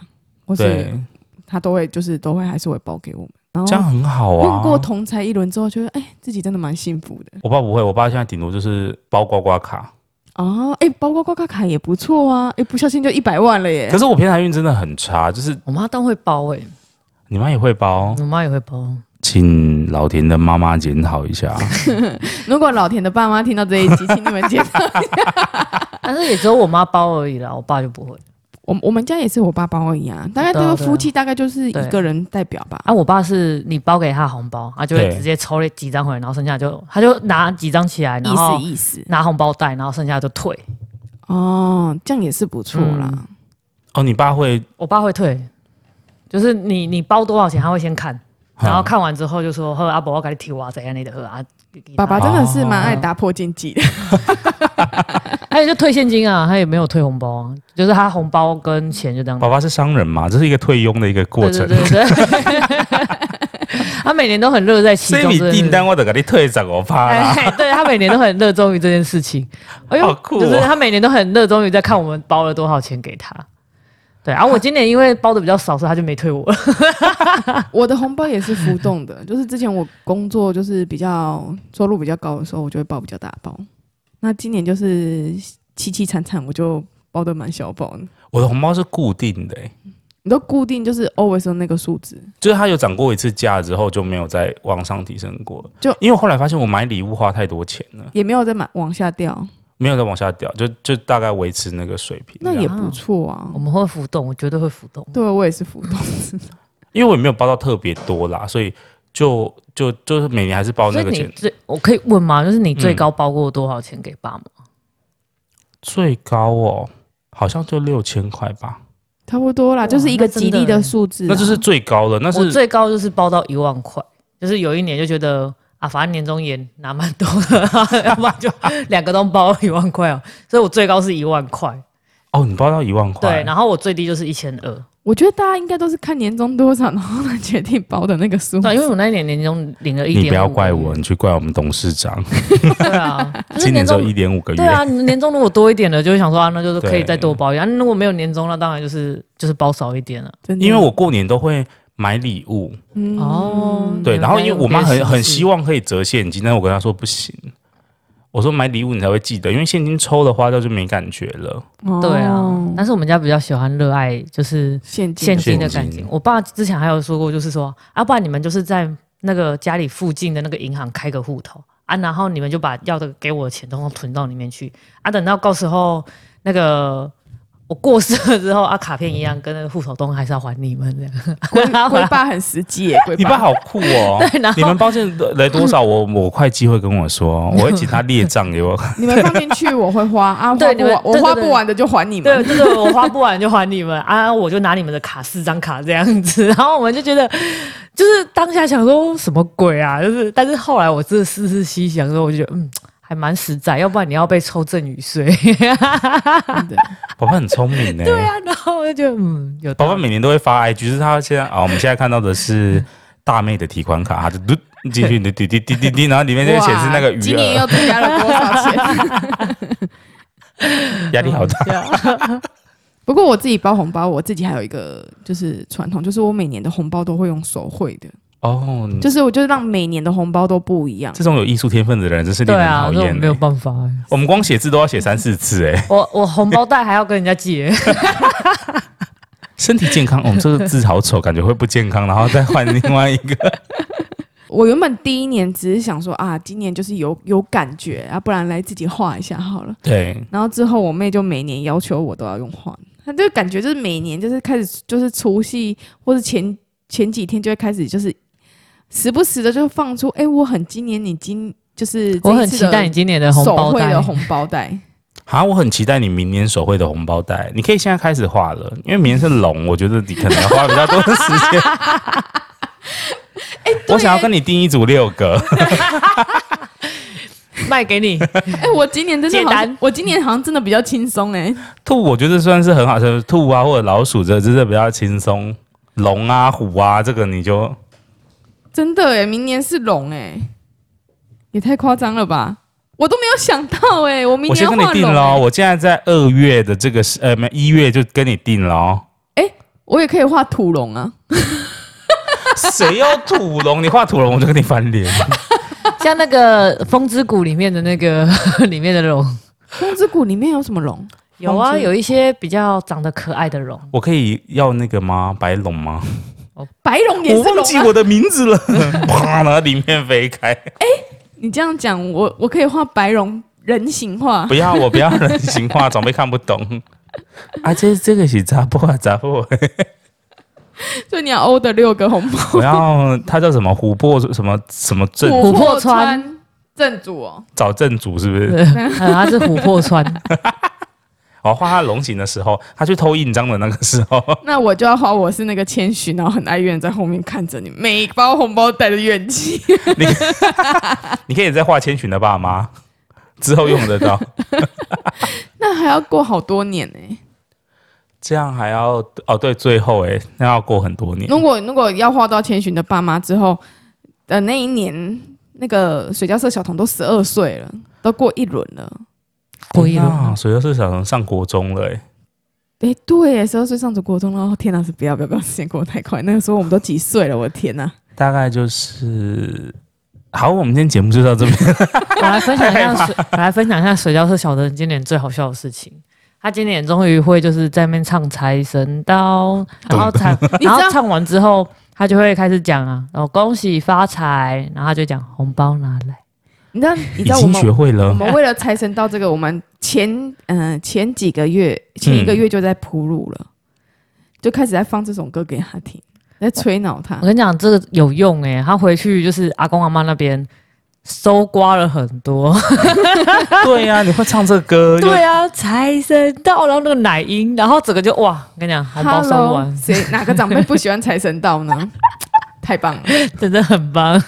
S3: 或
S1: 对
S3: 是，他都会就是都会还是会包给我们。然
S1: 这样
S3: 后
S1: 很好
S3: 混
S1: 啊。
S3: 过同才一轮之后，觉得哎、自己真的蛮幸福的
S1: 我爸不会，我爸现在顶多就是包刮刮卡，
S3: 哦。哎、包括刮刮卡也不错啊，哎、不小心就一百万了耶
S1: 可。是我偏财运真的很差，就是
S2: 我妈都会包哎、
S1: 你妈也会包，
S2: 我妈也会包。啊
S1: 请老田的妈妈检讨一下。
S3: 如果老田的爸妈听到这一集，请你们接
S2: 但是也只有我妈包而已啦，我爸就不会。
S3: 我我们家也是我爸包而已啊，大概这
S2: 对啊
S3: 个
S2: 对啊
S3: 夫妻大概就是
S2: 对
S3: 一个人代表吧。
S2: 啊，我爸是你包给他红包，他就会
S1: 对
S2: 直接抽了几张回来，然后剩下就他就拿几张起来，然
S3: 意
S2: 后
S3: 思意思
S2: 拿红包袋，然后剩下就退。
S3: 哦，这样也是不错啦。
S2: 嗯
S1: 哦，你爸会，
S2: 我爸会退，就是你你包多少钱，他会先看，
S1: 嗯
S2: 然后看完之后就说：“呵，阿伯，我给你提我怎样你的呵啊。”
S3: 爸爸
S1: 就
S3: 真的是
S1: 哦
S3: 蛮爱打破禁忌的，
S2: 他也就退现金啊，他也没有退红包啊，就是他红包跟钱就这样
S1: 爸。爸是商人嘛，这是一个退佣的一个过程。
S2: 对对对对。 他每年都很乐在 其
S1: 所以
S2: 中
S1: 你
S2: 这件事情，
S1: 订单我得给你退十五趴啦。
S2: 哎，对他每年都很热衷于这件事情，哎
S1: 好酷哦
S2: 就是他每年都很热衷于在看我们包了多少钱给他。对，啊然、后我今年因为包的比较少，所以他就没退我了。
S3: 我的红包也是浮动的， 就是之前我工作就是比较收入比较高的时候，我就会包比较大包。那今年就是凄凄惨惨，我就包的蛮小包的。
S1: 我的红包是固定的、欸
S3: 你都固定就是 always 有那个数字，
S1: 就是它有涨过一次价之后就没有再往上提升过了。
S3: 就
S1: 因为我后来发现我买礼物花太多钱了，
S3: 也没有再往往下掉，
S1: 没有再往下掉，就就大概维持那个水平这
S3: 那
S1: 样。
S3: 也不错啊
S2: 我。们会浮动，我绝对会浮动。
S3: 对，啊我也是浮动。
S1: 因为我也没有包到特别多啦，所以就就就是每年还是包
S2: 所
S1: 那个
S2: 以你
S1: 钱。嗯
S2: 最，我可以问吗？就是你最高包过多少钱给爸妈？
S1: 最高哦，好像就六千块吧。
S3: 差不多啦，
S2: 哇
S3: 就是一个吉利
S2: 欸
S3: 的数字啊、
S1: 那就是最高了，那
S2: 我
S1: 是
S2: 最高就是包到一万块，就是有一年就觉得啊，反正年终也拿蛮多的， 要不然就两个都包一万块哦。所以我最高是一万块，
S1: 哦，你包到一万块，
S2: 对，然后我最低就是一千二。
S3: 我觉得大家应该都是看年终多少，然后来决定包的那 个数。
S2: 对，因为我那一年年终领了一
S1: 嗯
S2: 点，
S1: 你不要怪我，你去怪我们董事长，
S2: 对啊，就是
S1: 今年只有
S2: 终
S1: 一点五个月
S2: 对，啊，你年终如果多一点了，就会想说啊，那就是可以
S1: 对
S2: 再多
S1: 嗯
S2: 包一点；啊、如果没有年终，那当然就是就是包少一点啊了。
S3: 真的
S1: 因为我过年都会买礼物，
S3: 嗯
S2: 哦
S1: 对，
S2: 嗯
S1: 然后因为我妈
S2: 那
S1: 很
S2: 有
S1: 很
S2: 形式
S1: 希望可以折现金，但是我跟她说不行，我说买礼物你才会记得，因为现金抽了花掉就没感觉了，
S2: 对啊
S3: 哦，
S2: 但是我们家比较喜欢热爱就是
S3: 现金
S2: 现金的
S1: 现
S2: 感
S1: 金
S2: 情。我爸之前还有说过，就是说啊，不然你们就是在那个家里附近的那个银行开个户头啊，然后你们就把要的给我的钱都存到里面去啊，等到到时候那个。我过世了之后啊，卡片一样跟那个户头东还是要还你们这 样。，
S3: 龟爸很实际耶，龟
S1: 你爸好酷哦
S2: 对，然后
S1: 你们包现来多少，我我会计会跟我说，我会请他列账给我，
S3: 你们放进去我会花啊，
S2: 对
S3: 花
S2: 你
S3: 不
S2: 们
S3: 完我
S2: 对对
S3: 花
S2: 对
S3: 不完的就还你
S2: 对，
S3: 们。
S2: 就是我花不完就还你们啊，我就拿你们的卡四张卡这样子，然后我们就觉得， 就是当下想说什么鬼啊，就是，但是后来我真的思思细想说，我就觉得嗯。还蛮实在，要不然你要被抽赠与税。
S3: 真的，
S1: 宝宝很聪明呢、
S2: 对啊，啊然后我就觉得嗯，有
S1: 宝
S2: 道
S1: 宝
S2: 理
S1: 每年都会发 IG，就是他现在啊，我们现在看到的是大妹的提款卡，他就嘟进去，滴滴滴滴滴滴，然后里面就会显示 那个余
S3: 今年
S1: 额，
S3: 又增加了多少钱？
S1: 压力好大。
S3: 不过我自己包红包，我自己还有一个就是传统，就是我每年的红包都会用手绘的，
S2: 嗯
S1: 哦，
S3: 就是我就让每年的红包都不一样。
S1: 这种有艺术天分的人真是令
S2: 对
S1: 人
S2: 啊，
S1: 讨
S2: 这我
S1: 厌
S2: 没有
S1: 欸。
S2: 办法欸、
S1: 我们光写字都要写三四次，哎，
S2: 我我红包袋还要跟人家借、
S1: 身体健康，我们这个字好丑，感觉会不健康，然后再换另外一个。
S3: 我原本第一年只是想说啊，今年就是有有感觉啊，不然来自己画一下好了。
S1: 对，
S3: 然后之后我妹就每年要求我都要用画，她就感觉就是每年就是开始就是除夕或是前前几天就会开始就是时不时的就放出，哎、我很今年你今就是这
S2: 我
S3: 一
S2: 很
S3: 次
S2: 期
S3: 的
S2: 待你今年的红
S3: 手
S2: 包
S3: 绘
S2: 袋
S3: 的。红包袋，
S1: 好，我很期待你明年手绘的红包袋，你可以现在开始画了，因为明年是龙，我觉得你可能要花比较多的时间。
S3: 哎
S1: 我想要跟你订一组六个，
S2: 卖给你，
S3: 哎、我今年真的
S2: 借
S3: 好像
S2: 单
S3: 我今年好像真的比较轻松哎，
S1: 兔我觉得算是很好，就是兔啊或者老鼠这真的比较轻松，龙啊虎啊这个你就
S3: 真的哎，明年是龙哎，也太夸张了吧！我都没有想到哎，我明
S1: 我
S3: 年
S1: 先
S3: 要
S1: 跟你
S3: 画
S1: 订
S3: 龙
S1: 喽，
S2: 哦
S3: 欸，
S1: 我现在在二月的这个时呃没一月就跟你订 喽。
S3: 我也可以画土龙啊，
S1: 谁要土龙？你画土龙我就跟你翻脸。
S2: 像那个《风之谷》里面的那个 里面的龙，
S3: 风之谷里面有什么龙？
S2: 有啊，
S3: 风之
S2: 有一些比较长得可爱的龙，
S1: 我可以要那个吗？白龙吗？
S3: 白龙也
S1: 我
S3: 是龙、
S1: 忘记
S3: 啊。
S1: 我的名字了， 啪，然后里面飞开。
S3: 你这样讲，我我可以画白龙人形画
S1: 不，要我不要人形化，长辈看不懂。 啊，这这个是杂破啊，杂 破。
S3: 所以你要欧的六个红包。
S1: 我要他叫什么？琥珀什么什么镇
S2: 琥珀
S3: 川正主哦，
S1: 找镇主是不是？
S2: 嗯它是琥珀川，
S1: 哦，画他龙形的时候，他去偷印章的那个时候，
S3: 那我就要画我是那个谦虚，然后很哀怨在后面看着你，每一包红包带着怨气。
S1: 你可以再画千寻的爸妈，之后用得 到。
S3: 那还要过好多年欸呢、
S1: 这样还要哦，对，最后哎、那要过很多年。
S3: 如果如果要画到千寻的爸妈之后的那一年，那个水交社小童都十二岁了，都过一轮了。
S2: 不一样
S1: 啊，。水月是小童上国中了哎、
S3: 哎，对耶，十二岁上着国中了。哦天哪，是不要不要不要，时间过得太快。那个时候我们都几岁了？我的天啊哪！
S1: 大概就是。好，我们今天节目就到这边。
S2: 我来分享一下 水，我来分享一下水交社小灯今年最好笑的事情。他今年终于会就是在那边唱财神到，然后唱，
S3: 你知
S2: 然
S3: 道
S2: 后唱完之后，他就会开始讲啊，然后恭喜发财，然后他就讲红包拿来。
S3: 你知道 你
S1: 已
S3: 知道我
S1: 经
S3: 们
S1: 学会
S3: 我
S1: 了，
S3: 们为了财神到这个，我们前嗯、前几个月前一个月就在铺路了，就开始在放这首歌给他听，在吹恼他
S2: 我。跟你讲，这个有用诶、他回去就是阿公阿妈那边搜刮了很多。
S1: 对呀、你会唱这歌，又
S2: 对啊，财神到，然后那个奶音，然后整个就哇，我跟你讲，红包收
S3: Hello，
S2: 完，
S3: 谁哪个长辈不喜欢财神到呢？ 太棒了！
S2: 真的很棒，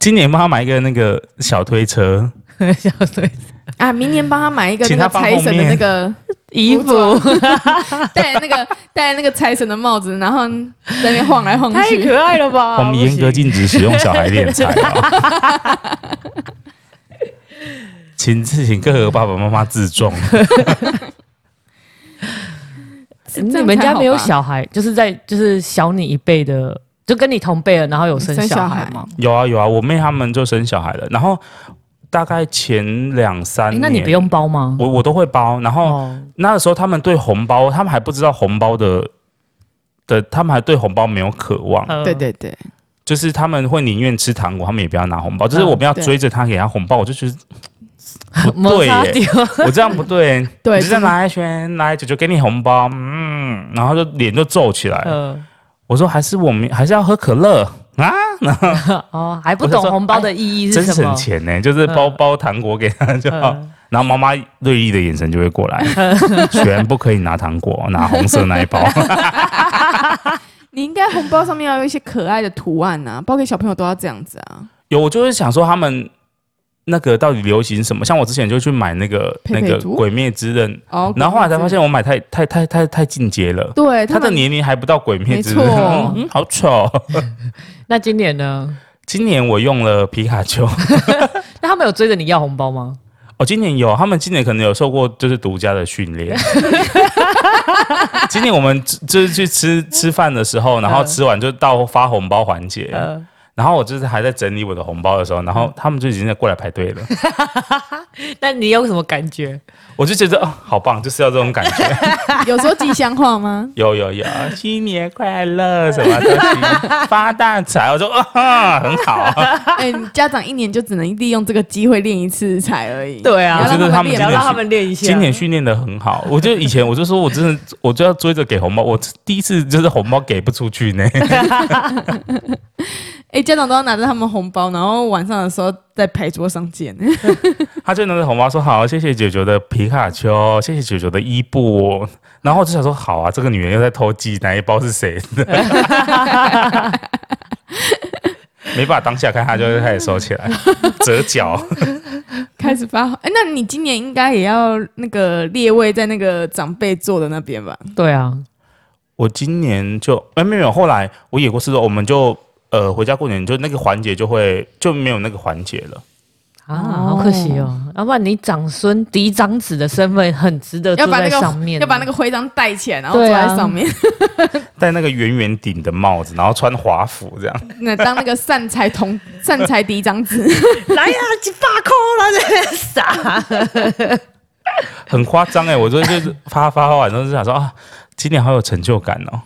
S1: 今年帮他买一个那个小推车，
S2: 小腿
S3: 啊，明年帮他买一个
S1: 请
S3: 那
S1: 他
S3: 个
S1: 放
S3: 财神的那个
S2: 衣
S3: 服
S2: 服。
S3: 戴那个戴那个财神的帽子，然后在那边晃来晃
S2: 太
S3: 去。
S2: 可爱了
S3: 哦
S2: 吧！
S1: 我们严格禁止使用小孩敛财、哦。 请请各个爸爸妈妈自重。
S3: 这
S2: 你
S3: 样
S2: 们
S3: 才
S2: 家
S3: 好
S2: 没有
S3: 吧
S2: 小孩，就是在就是小你一辈的，就跟你同辈了，然后有生
S3: 生小
S2: 孩
S3: 孩
S2: 吗？
S1: 有啊有啊，我妹他们就生小孩了，然后大概前两三
S3: 哎
S2: 诶
S1: 年，
S2: 那你不用包吗？
S1: 我我都会包，然后
S2: 哦，
S1: 那时候他们对红包，他们还不知道红包的的，他们还对红包没有渴望，
S2: 呃
S3: 对对对，
S1: 就是他们会宁愿吃糖果，他们也不要拿红包，
S2: 嗯
S1: 就是我们要
S3: 对
S1: 追着他给他红包，我就 觉得不
S2: 摩
S1: 对
S2: 擦
S1: 耶、
S2: 掉，
S1: 我这样不 对，
S3: 对
S1: 你就这样
S3: 真的
S1: 拿一圈，来九九给你红包，嗯，然后就脸就皱起来了。
S2: 呃，
S1: 我说还是我们还是要喝可乐啊，
S2: 哦，还不
S1: 我
S2: 懂
S1: 是说哎
S2: 红包的意义
S1: 真
S2: 是什
S1: 省
S2: 么？
S1: 钱呢、就是包包糖果给他就好。
S2: 嗯
S1: 然后妈妈锐利的眼神就会过来，
S2: 呃
S1: 全不可以拿糖果，拿红色那一 包。
S3: 你应该红包上面要有一些可爱的图案啊，包给小朋友都要这样子啊。
S1: 有，我就会想说他们那个到底流行什么。像我之前就去买那个
S3: 佩佩
S1: 那个
S3: 猪
S1: 《鬼灭之刃》，
S3: 哦，
S1: 然后后来才发现
S3: 我
S1: 我买太太太太太进阶了。
S3: 对
S1: 他
S3: 他
S1: 的
S3: 们
S1: 年龄还不到《鬼灭之刃》
S3: 没错
S1: 嗯，嗯，好丑。
S2: 那今年呢？
S1: 今年我用了皮卡丘，
S2: 那他们有追着你要红 包吗？
S1: 哦，今年有，他们今年可能有受过就是独家的训 练。今年我们就是去吃吃饭的时候，然后
S2: 嗯
S1: 吃完就到发红包环节，
S3: 嗯
S2: 呃，
S1: 然后我就是还在整理我的红包的时候，然后他们就已经在过来排队了，
S2: 那你有什么感觉？
S1: 我就觉得哦，好棒，就是要这种感觉。？
S3: 有说吉祥话吗
S1: 有有有，新年快乐，什么东西，发大财，我说啊、哈，很好，
S3: 哎、你家长一年就只能利用这个机会练一次才而已。
S2: 对
S1: 我
S2: 啊
S1: 觉，得他们
S2: 你
S1: 今
S2: 要
S1: 年
S2: 让
S1: 是
S2: 他们练一下。
S1: 今年训练的很好。我就以前我就说我真的我就要追着给红包，我第一次就是红包给不出去呢。
S3: 哎、家长都要拿着他们红包，然后晚上的时候在牌桌上 见。
S1: 他就拿着红包说：“好，谢谢九九的皮卡丘，谢谢九九的伊布。”然后我就想说：“好啊，这个女人又在偷鸡，哪一包是谁的？”没办法，当下看他就会开始收起来，折角。
S3: 开始发，哎、那你今年应该也要那个列位在那个长辈坐的那边吧？
S2: 对啊，
S1: 我今年就哎没有没有，后来我也过是说，我们就呃回家过年，就那个环节就会就没有那个环节了。
S2: 啊，好可惜哦！要不然你长孙、嫡长子的身份很值得
S3: 要
S2: 坐
S3: 把那
S2: 在
S3: 个
S2: 上面，
S3: 要把那个徽章戴起来，然后坐
S2: 对
S3: 在
S2: 啊
S3: 上 面，
S1: 戴那个圆圆顶的帽子，然后穿华服这样。
S3: 那当那个善财童善财嫡长子。
S2: 来呀，几把扣了，傻。
S1: 很夸张哎！我昨天就是发发完之后就想说啊，今年好有成就感哦。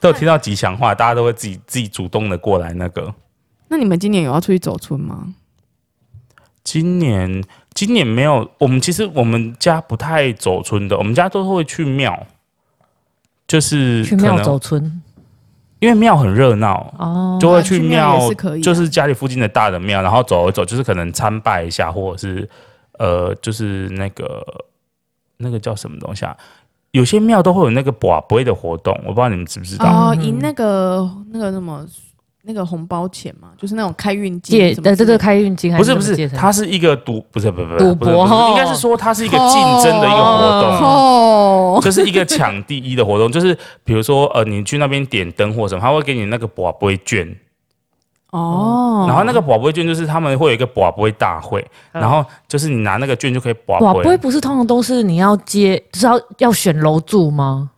S1: 都有听到吉祥话，大家都会自己自己主动的过来。那个
S3: 那你们今年有要出去走村吗？
S1: 今年今年没有，我们其实我们家不太走村的，我们家都会去庙，就是
S2: 去
S1: 可
S2: 庙
S1: 能
S2: 走村
S1: 因为庙很热闹，
S2: 哦，
S1: 就会
S3: 去
S1: 去
S3: 庙
S1: 庙，
S3: 也是可以啊
S1: 就是家里附近的大的庙，然后走一走，就是可能参拜一下，或者是呃，就是那个那个叫什么东西啊？有些庙都会有那个卜杯的活动，我不知道你们知不知道。
S3: 哦，
S2: 嗯
S3: 赢那个那个什么那个红包钱嘛，就是那种开运金
S2: 借
S3: 什么之类的。
S2: 对对对，开运哦金还
S1: 不是
S2: 什么
S1: 不是
S2: 借，财
S1: 它是一个赌，不是不是不是
S2: 赌
S1: 不是
S2: 博
S1: 不是
S2: 哦
S1: 应该是说它是一个竞争的一个活动。
S3: 哦，
S1: 就是一个抢第一的活动，就是比如说，呃，你去那边点灯或什么，他会给你那个卜杯券，
S3: 哦，
S1: 然后那个卜杯券就是他们会有一个卜杯大会，然后就是你拿那个券就可以卜
S2: 哇，
S1: 杯
S2: 不。会不是通常都是你要接，就是要要选楼住吗？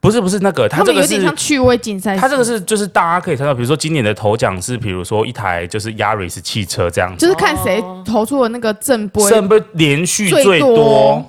S1: 不是不是那个，它
S3: 他
S1: 这
S3: 们
S1: 个
S3: 有点
S1: 是
S3: 像趣味竞赛，
S1: 它这个。是就是大家可以看到，比如说今年的头奖是比如说一台就是 Yaris 汽车这样子，
S3: 就是看谁投出了那个正波，
S1: 甚不连续最
S3: 最
S1: 多
S3: 多。嗯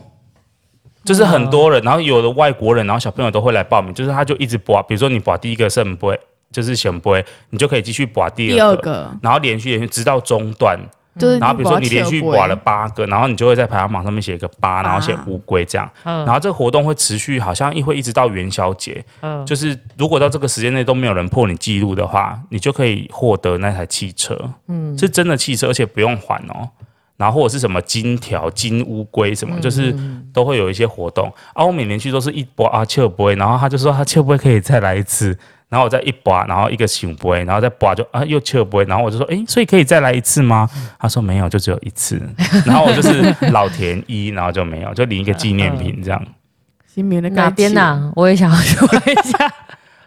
S1: 就是很多人，然后有的外国人，然后小朋友都会来报名，就是他就一直播，比如说你播第一个圣杯，就是显杯，你就可以继续播第
S3: 第
S1: 二
S3: 二
S1: 个，
S3: 个，
S1: 然后连续连续直到中段，
S3: 就是啊
S1: 然后比如说你连续播了
S3: 了，
S1: 八个，然后你就会在排行榜上面写一个八，然后写
S3: 八
S1: 乌龟这样，
S2: 嗯
S1: 然后这个活动会持续，好像一会一直到元宵节，
S2: 嗯，
S1: 就是如果到这个时间内都没有人破你记录的话，你就可以获得那台汽车，嗯，是真的汽车，而且不用还哦。然后或者是什么金条、金乌龟什么，就是都会有一些活动。啊，我每年去都是一波啊，切不会，然后他就说他切不会可以再来一次，然后我再一拔，然后一个醒不会，然后再拔就啊又切不会，然后我就说诶，所以可以再来一次吗？他说没有，就只有一次。然后我就是老田一，然后就没有，就领一个纪念品这样。
S3: 新民的
S2: 哪边？啊呐？我也想要去问 一下。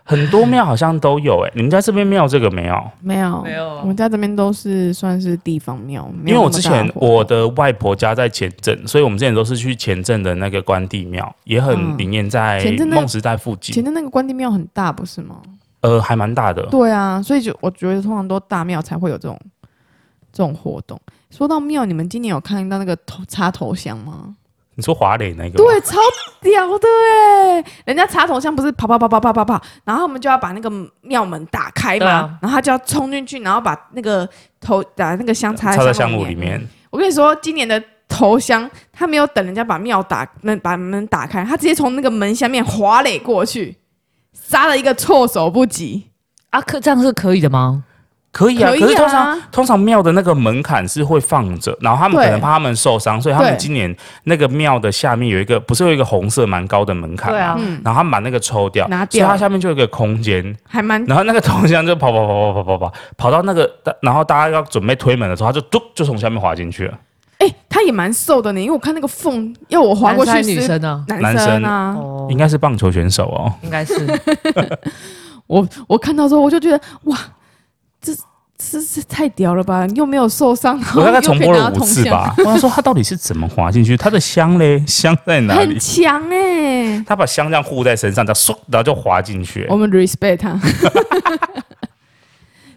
S1: 很多庙好像都有欸诶，你们家这边庙这个没有？
S3: 没有，
S2: 没有啊
S3: 我们家这边都是算是地方庙，没
S1: 因为
S3: 有
S1: 我
S3: 那么
S1: 之
S3: 大的
S1: 前
S3: 活动
S1: 我的外婆家在前镇，所以我们之前都是去前镇的那个关帝庙，也很
S3: 嗯
S1: 灵验在
S3: 前镇那个
S1: 梦时代附近
S3: 前，阵那个关帝庙很大，不是吗？
S1: 呃，还蛮大的。
S3: 对啊，所以就我觉得通常都大庙才会有这种这种活动。说到庙，你们今年有看到那个头插头香吗？
S1: 你说华磊那个吗？
S3: 对，超屌的哎！人家插头香不是跑跑跑跑跑跑跑，然后我们就要把那个庙门打开嘛，
S2: 对啊
S3: 然后他就要冲进去，然后把那个头把那个香插
S1: 插在
S3: 香
S1: 香炉里
S3: 里
S1: 面。
S3: 我跟你说，今年的头香，他没有等人家把庙打门把门打开，他直接从那个门下面滑垒过去，杀了一个措手不及。
S2: 啊，可这样是可以的吗？
S1: 可以啊，
S3: 可以啊
S1: 是通常通常庙的那个门槛是会放着，然后他们
S3: 对
S1: 可能怕他们受伤，所以他们
S3: 对
S1: 今年那个庙的下面有一个，不是有一个红色蛮高的门槛
S2: 对
S1: 吗？
S2: 啊，
S3: 嗯，
S1: 然后他们把那个抽掉，
S3: 拿
S1: 所以
S3: 掉
S1: 它下面就有一个空间，
S3: 还蛮
S1: 然后那个铜箱就跑跑跑跑跑跑跑跑到那个，然后大家要准备推门的时候，他就嘟就从下面滑进去了。
S3: 哎、他也蛮瘦的呢，因为我看那个缝，要我滑过去
S2: 男
S3: 是
S2: 生女生呢？
S3: 男生啊，
S2: 哦
S1: 应该是棒球选手哦，
S2: 应该 是
S3: 我我看到之后我就觉得哇，这这这太屌了吧！又没有受伤，然后
S1: 我大概
S3: 又
S1: 重
S3: 可以
S1: 播
S3: 拿
S1: 了
S3: 到
S1: 五
S3: 铜
S1: 次
S3: 像，
S1: 吧。我想说他到底是怎么滑进去？他的香嘞，香在哪里
S3: 很？强哎、
S1: 他把香这样护在身上，他嗖，然后就滑进去
S3: 我。们 respect 他，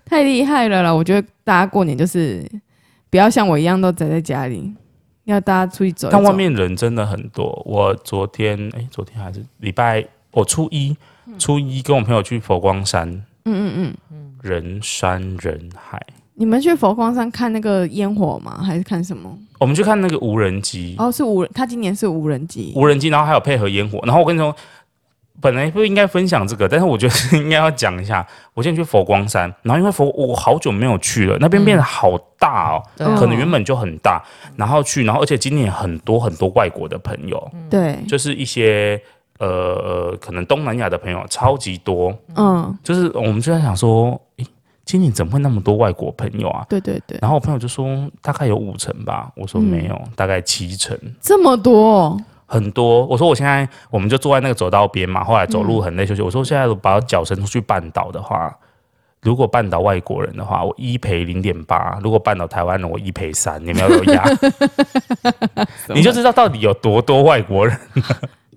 S3: 太厉害了啦！我觉得大家过年就是不要像我一样都宅在家里，要大家出去走一走。
S1: 但外面人真的很多。我昨天，哎、昨天还是礼拜，我初一，初一跟我朋友去佛光山，
S3: 嗯嗯嗯，
S1: 人山人海。
S3: 你们去佛光山看那个烟火吗？还是看什么？
S1: 我们去看那个无人机，
S3: 哦，是无人，他今年是无人机。
S1: 无人机，然后还有配合烟火。然后我跟你说，本来不应该分享这个，但是我觉得应该要讲一下。我现在去佛光山，然后因为佛我好久没有去了，那边变得好大哦，
S2: 对啊
S1: 可能原本就很大，然后去，然后而且今年很多很多外国的朋友，
S3: 对，
S1: 就是一些呃呃，可能东南亚的朋友超级多，
S3: 嗯，
S1: 就是我们就在想说，诶，今年怎么会那么多外国朋友啊？
S3: 对对对，
S1: 然后我朋友就说大概有五成吧，我说
S3: 嗯
S1: 没有，大概七成。
S3: 这么多哦、
S1: 很多。我说我现在我们就坐在那个走道边嘛，后来走路很累休息。我说现在把脚伸出去绊倒的话，如果绊倒外国人的话，我一赔零点八；如果绊倒台湾人，我一赔三。你们要有压，你就知道到底有多多外国人。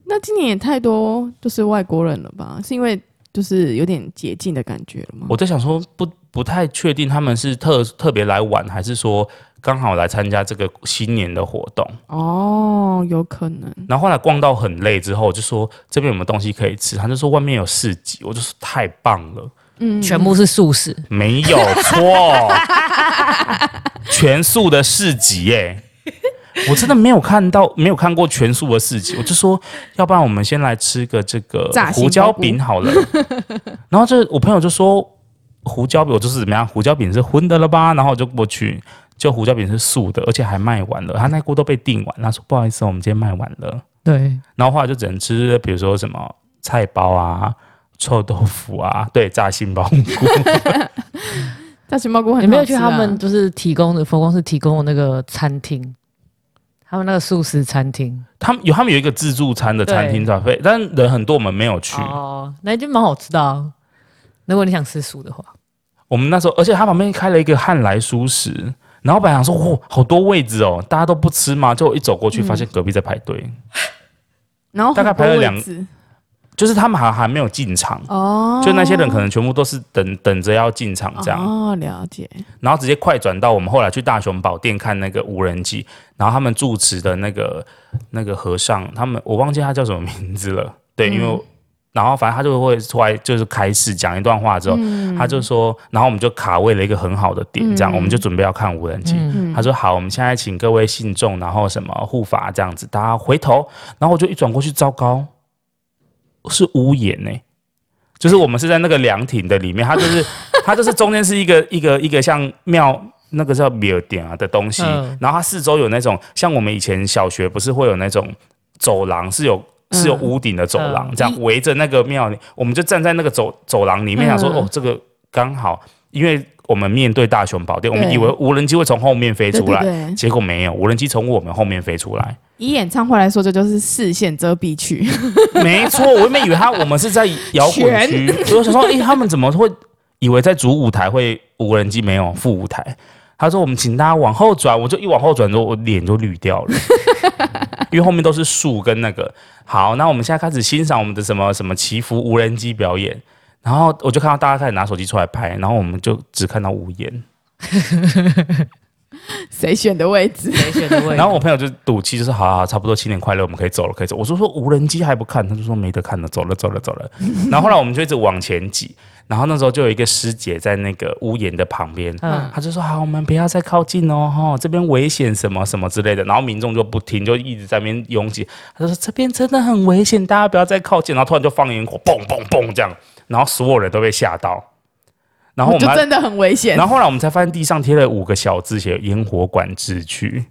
S3: 那今年也太多就是外国人了吧？是因为就是有点解禁的感觉了吗？
S1: 我在想说不不太确定他们是特特别来玩，还是说刚好来参加这个新年的活动。
S3: 哦，有可能。
S1: 然后后来逛到很累之后，我就说这边有没有东西可以吃？他就说外面有市集，我就说太棒了。
S3: 嗯，
S2: 全部是素食，
S1: 没有错，全素的市集耶、我真的没有看到，没有看过全素的市集，我就说，要不然我们先来吃个这个
S3: 炸心
S1: 胡椒饼好了。然后这我朋友就说，胡椒饼我就是怎么样，胡椒饼是荤的了吧？然后我就过去，就胡椒饼是素的，而且还卖完了，他那锅都被订完。他说不好意思，我们今天卖完了。
S2: 对，
S1: 然后后来就只能吃，比如说什么菜包啊、臭豆腐啊，对，炸杏鲍菇。
S3: 大熊猫菇很、啊
S2: 你没有去他们？就是提供的佛光是提供的那个餐厅，他们那个素食餐厅
S1: 他们有他们有一个自助餐的餐厅团费，但人很多，我们没有去。
S2: 哦，那就蛮好吃的啊。如果你想吃素的话，
S1: 我们那时候，而且他旁边开了一个汉来素食，然后本来想说，哇，好多位置哦，大家都不吃吗？就一走过去，发现隔壁在排队，
S3: 然后
S1: 大概
S3: 很多
S1: 排了
S3: 位
S1: 两
S3: 置
S1: 就是他们还还没有进场。
S3: 哦，
S1: 就那些人可能全部都是等等着要进场这样，
S3: 哦，了解。
S1: 然后直接快转到我们后来去大雄宝殿看那个无人机，然后他们住持的那个那个和尚，他们我忘记他叫什么名字了，对，因为我然后反正他就会出来就是开始讲一段话之后，
S3: 嗯，
S1: 他就说，然后我们就卡位了一个很好的点，这样、
S3: 嗯
S1: 我们就准备要看无人机。
S2: 嗯，
S1: 他说好，我们现在请各位信众，然后什么护法这样子，大家回头，然后我就一转过去，糟糕，是屋檐呢、就是我们是在那个凉亭的里面，它就是 它就是中间是一个一个一个像庙那个叫庙点啊的东西，
S2: 嗯
S1: 然后它四周有那种像我们以前小学不是会有那种走廊是有。是有
S3: 嗯
S1: 屋顶的走廊，
S2: 嗯
S1: 这样围着那个庙里，我们就站在那个走走廊里面，想说、
S3: 嗯
S1: 哦，这个刚好，因为我们面对大雄宝殿，我们
S3: 对
S1: 以为无人机会从后面飞
S3: 对
S1: 出
S3: 对
S1: 来，
S3: 对，
S1: 结果没有，无人机从我们后面飞出来。
S3: 以演唱会来说，这就是视线遮蔽区。
S1: 没错，我原本以为他我们是在摇滚区，所以我想说，诶，他们怎么会以为在主舞台会无人机没有副舞台？他说我们请大家往后转，我就一往后转之后，我脸就绿掉 了，因为后面都是树跟那个。好，那我们现在开始欣赏我们的什么什么祈福无人机表演。然后我就看到大家开始拿手机出来拍，然后我们就只看到屋檐。
S3: 谁选的位置？
S2: 谁选的位置？
S1: 然后我朋友就赌气，就是好好好，差不多新年快乐，我们可以走了，可以走。我说说无人机还不看，他就说没得看了，走了走了走了。 然后后来我们就一直往前挤，然后那时候就有一个师姐在那个屋檐的旁边，
S2: 嗯
S1: 她就说好，我们不要再靠近哦，哈、这边危险什么什么之类的。然后民众就不听，就一直在那边拥挤。她就说这边真的很危险，大家不要再靠近。然后突然就放烟火，嘣嘣嘣这样，然后所有人都被吓到。然后我
S3: 就
S1: 们还
S3: 真的很危险
S1: 然。后后来我们才发现地上贴了五个小字，写“烟火管制 区” 。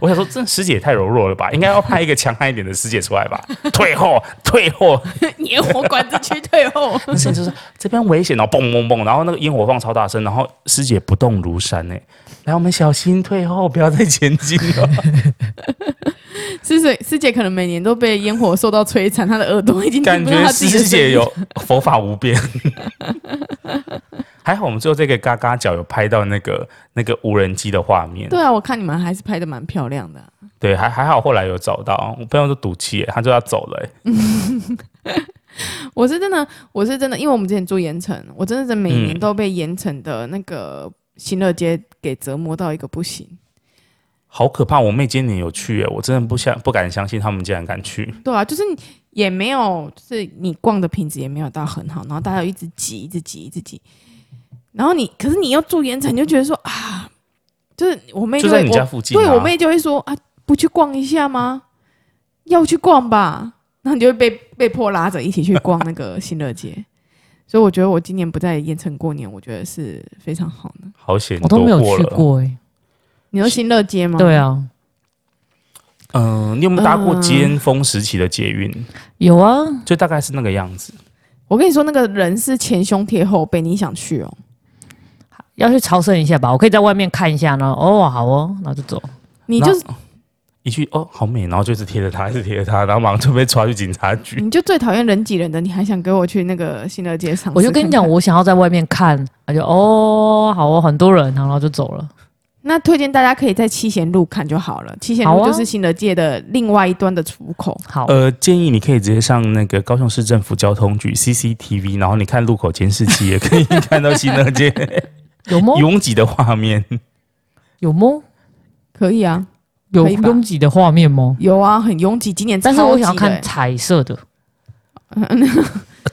S1: 我想说，这师姐也太柔弱了吧？应该要派一个强悍一点的师姐出来吧？退后，退后！
S3: 烟火管制区退后，
S1: 那师姐就说这边危险哦，嘣嘣嘣！然后那个烟火放超大声，然后师姐不动如山呢、欸来，我们小心退后，不要再前进哦 了。
S3: 师姐师姐可能每年都被烟火受到摧残，她的耳朵已经
S1: 感
S3: 听不到
S1: 觉
S3: 她自己
S1: 师
S3: 的声
S1: 姐
S3: 音。
S1: 有佛法无边。还好我们最后这个嘎嘎角有拍到那个那个无人机的画面。
S3: 对啊，我看你们还是拍的蛮漂亮的啊、
S1: 对，还还好，后来有找到。我朋友都赌气耶，他就要走了耶。
S3: 我是真的，我是真的，因为我们之前住盐城，我真的是每年都被盐城的那个新乐街给折磨到一个不行。
S1: 好可怕！我妹今年有去耶，我真的不相不敢相信他们竟然敢去。
S3: 对啊，就是你也没有，就是你逛的品质也没有到很好，然后大家又一直挤，一直挤，一直挤。然后你，可是你又住盐城，你就觉得说啊，就是我妹
S1: 就
S3: 会
S1: 在你
S3: 我
S1: 家附近、啊，
S3: 对我妹就会说啊，不去逛一下吗？要去逛吧，然后你就会被被迫拉着一起去逛那个新乐街。 所以我觉得我今年不在盐城过年，我觉得是非常好的。
S1: 好险，
S2: 我都没有去
S1: 了。
S2: 过哎。
S3: 你说新乐街吗？
S2: 对，啊，
S1: 嗯、你有没有搭过
S3: 嗯尖
S1: 尖峰时期的捷运？
S2: 有啊，
S1: 就大概是那个样子。
S3: 我跟你说，那个人是前胸贴后背，你想去哦？
S2: 要去朝圣一下吧。我可以在外面看一下，然后哦好哦，然后就走。
S3: 你就是
S1: 一句哦，好美，然后就是贴着他，一直贴着他，然后马上就被抓去警察局。
S3: 你就最讨厌人挤人的，你还想给我去那个新乐街上？
S2: 我就跟你讲，，我想要在外面看，我就哦好哦，很多人，然后就走了。
S3: 那推荐大家可以在七贤路看就好了。七贤
S2: 好
S3: 路
S2: 啊
S3: 就是新乐街的另外一端的出口。
S2: 好，
S1: 呃，建议你可以直接上那个高雄市政府交通局 CCTV，然后你看路口监视器也可以看到新乐 街
S2: 有吗？
S1: 拥挤的画面。
S2: 有吗？
S3: 可以啊，
S2: 有
S3: 可以吧
S2: 拥挤的画面吗？
S3: 有啊，很拥挤，今年
S2: 但是
S3: 超
S2: 我
S3: 级
S2: 想要
S3: 的欸
S2: 看彩色 的，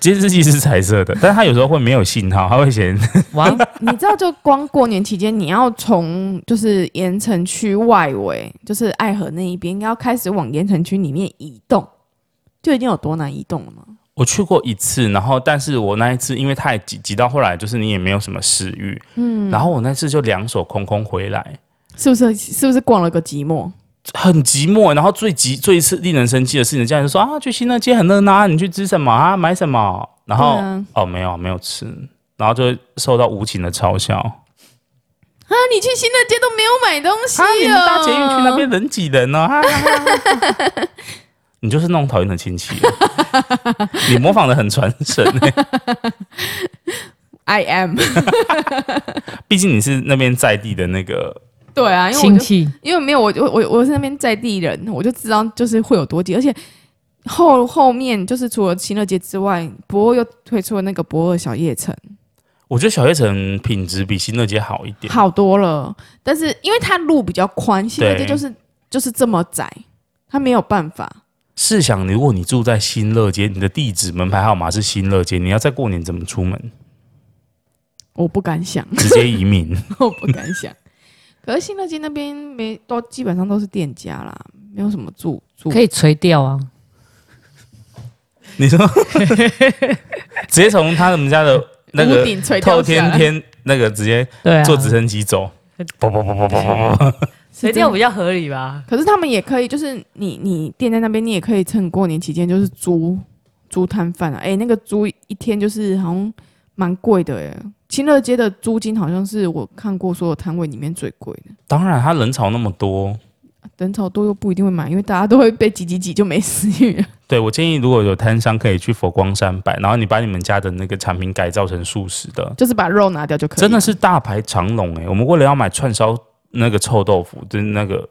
S1: 监视器是彩色的，但是它有时候会没有信号，它会显
S2: 哇，
S3: 你知道，就光过年期间，你要从就是盐城区外围，就是爱河那一边，应该要开始往盐城区里面移动，就已经有多难移动了吗？
S1: 我去过一次，然后但是我那一次因为太挤，挤到后来就是你也没有什么食欲，嗯，然后我那次就两手空空回来，
S3: 是不是？是不是逛了个寂寞？
S1: 很寂寞。然后最急最是令人生气的事情，家人就说啊，去新乐街很热闹啊，你去吃什么啊，买什么？然后、
S3: 对啊
S1: 哦没有没有吃，然后就会受到无情的嘲笑。啊，
S3: 啊，你去新乐街都没有买东西啊！
S1: 你们搭捷运去那边人挤人呢、啊？ 你就是那种讨厌的亲戚，你模仿的很传神、欸，
S3: ，I am。
S1: 毕竟你是那边在地的那个
S3: 对啊，因为我
S2: 亲
S3: 就
S2: 戚
S3: 因为没有我我我我是那边在地人，我就知道就是会有多挤，而且后后面就是除了新乐街之外，博尔又推出了那个博尔小夜城。
S1: 我觉得小夜城品质比新乐街好一点，
S3: 好多了。但是因为它路比较宽，新乐街
S1: 对
S3: 就是就是这么窄，它没有办法。
S1: 试想，如果你住在新乐街，你的地址门牌号码是新乐街，你要在过年怎么出门？
S3: 我不敢想，
S1: 直接移民，
S3: 我不敢想。可是新乐街那边没都基本上都是店家啦，没有什么住住。
S2: 可以垂钓啊，
S1: 你说 直接从他们家的那
S3: 屋
S1: 个
S3: 顶垂钓
S1: 透
S3: 下
S1: 天
S3: 来
S1: 天那个直接
S2: 对啊，
S1: 坐直升机走，不不不不不不不，
S2: 垂钓比较合理吧？
S3: 可是他们也可以，就是你你店在那边，你也可以趁过年期间就是租租摊贩啊。哎、那个租一天就是好像蛮贵的哎、新乐街的租金好像是我看过所有摊位里面最贵的。
S1: 当然，他人潮那么多，
S3: 人潮多又不一定会买，因为大家都会被挤挤挤就没食欲了。
S1: 对我建议，如果有摊商可以去佛光山摆，然后你把你们家的那个产品改造成素食的，
S3: 就是把肉拿掉就可以。啊
S1: 真的，是大排长龙哎、我们为了要买串烧那个臭豆腐，就是那个，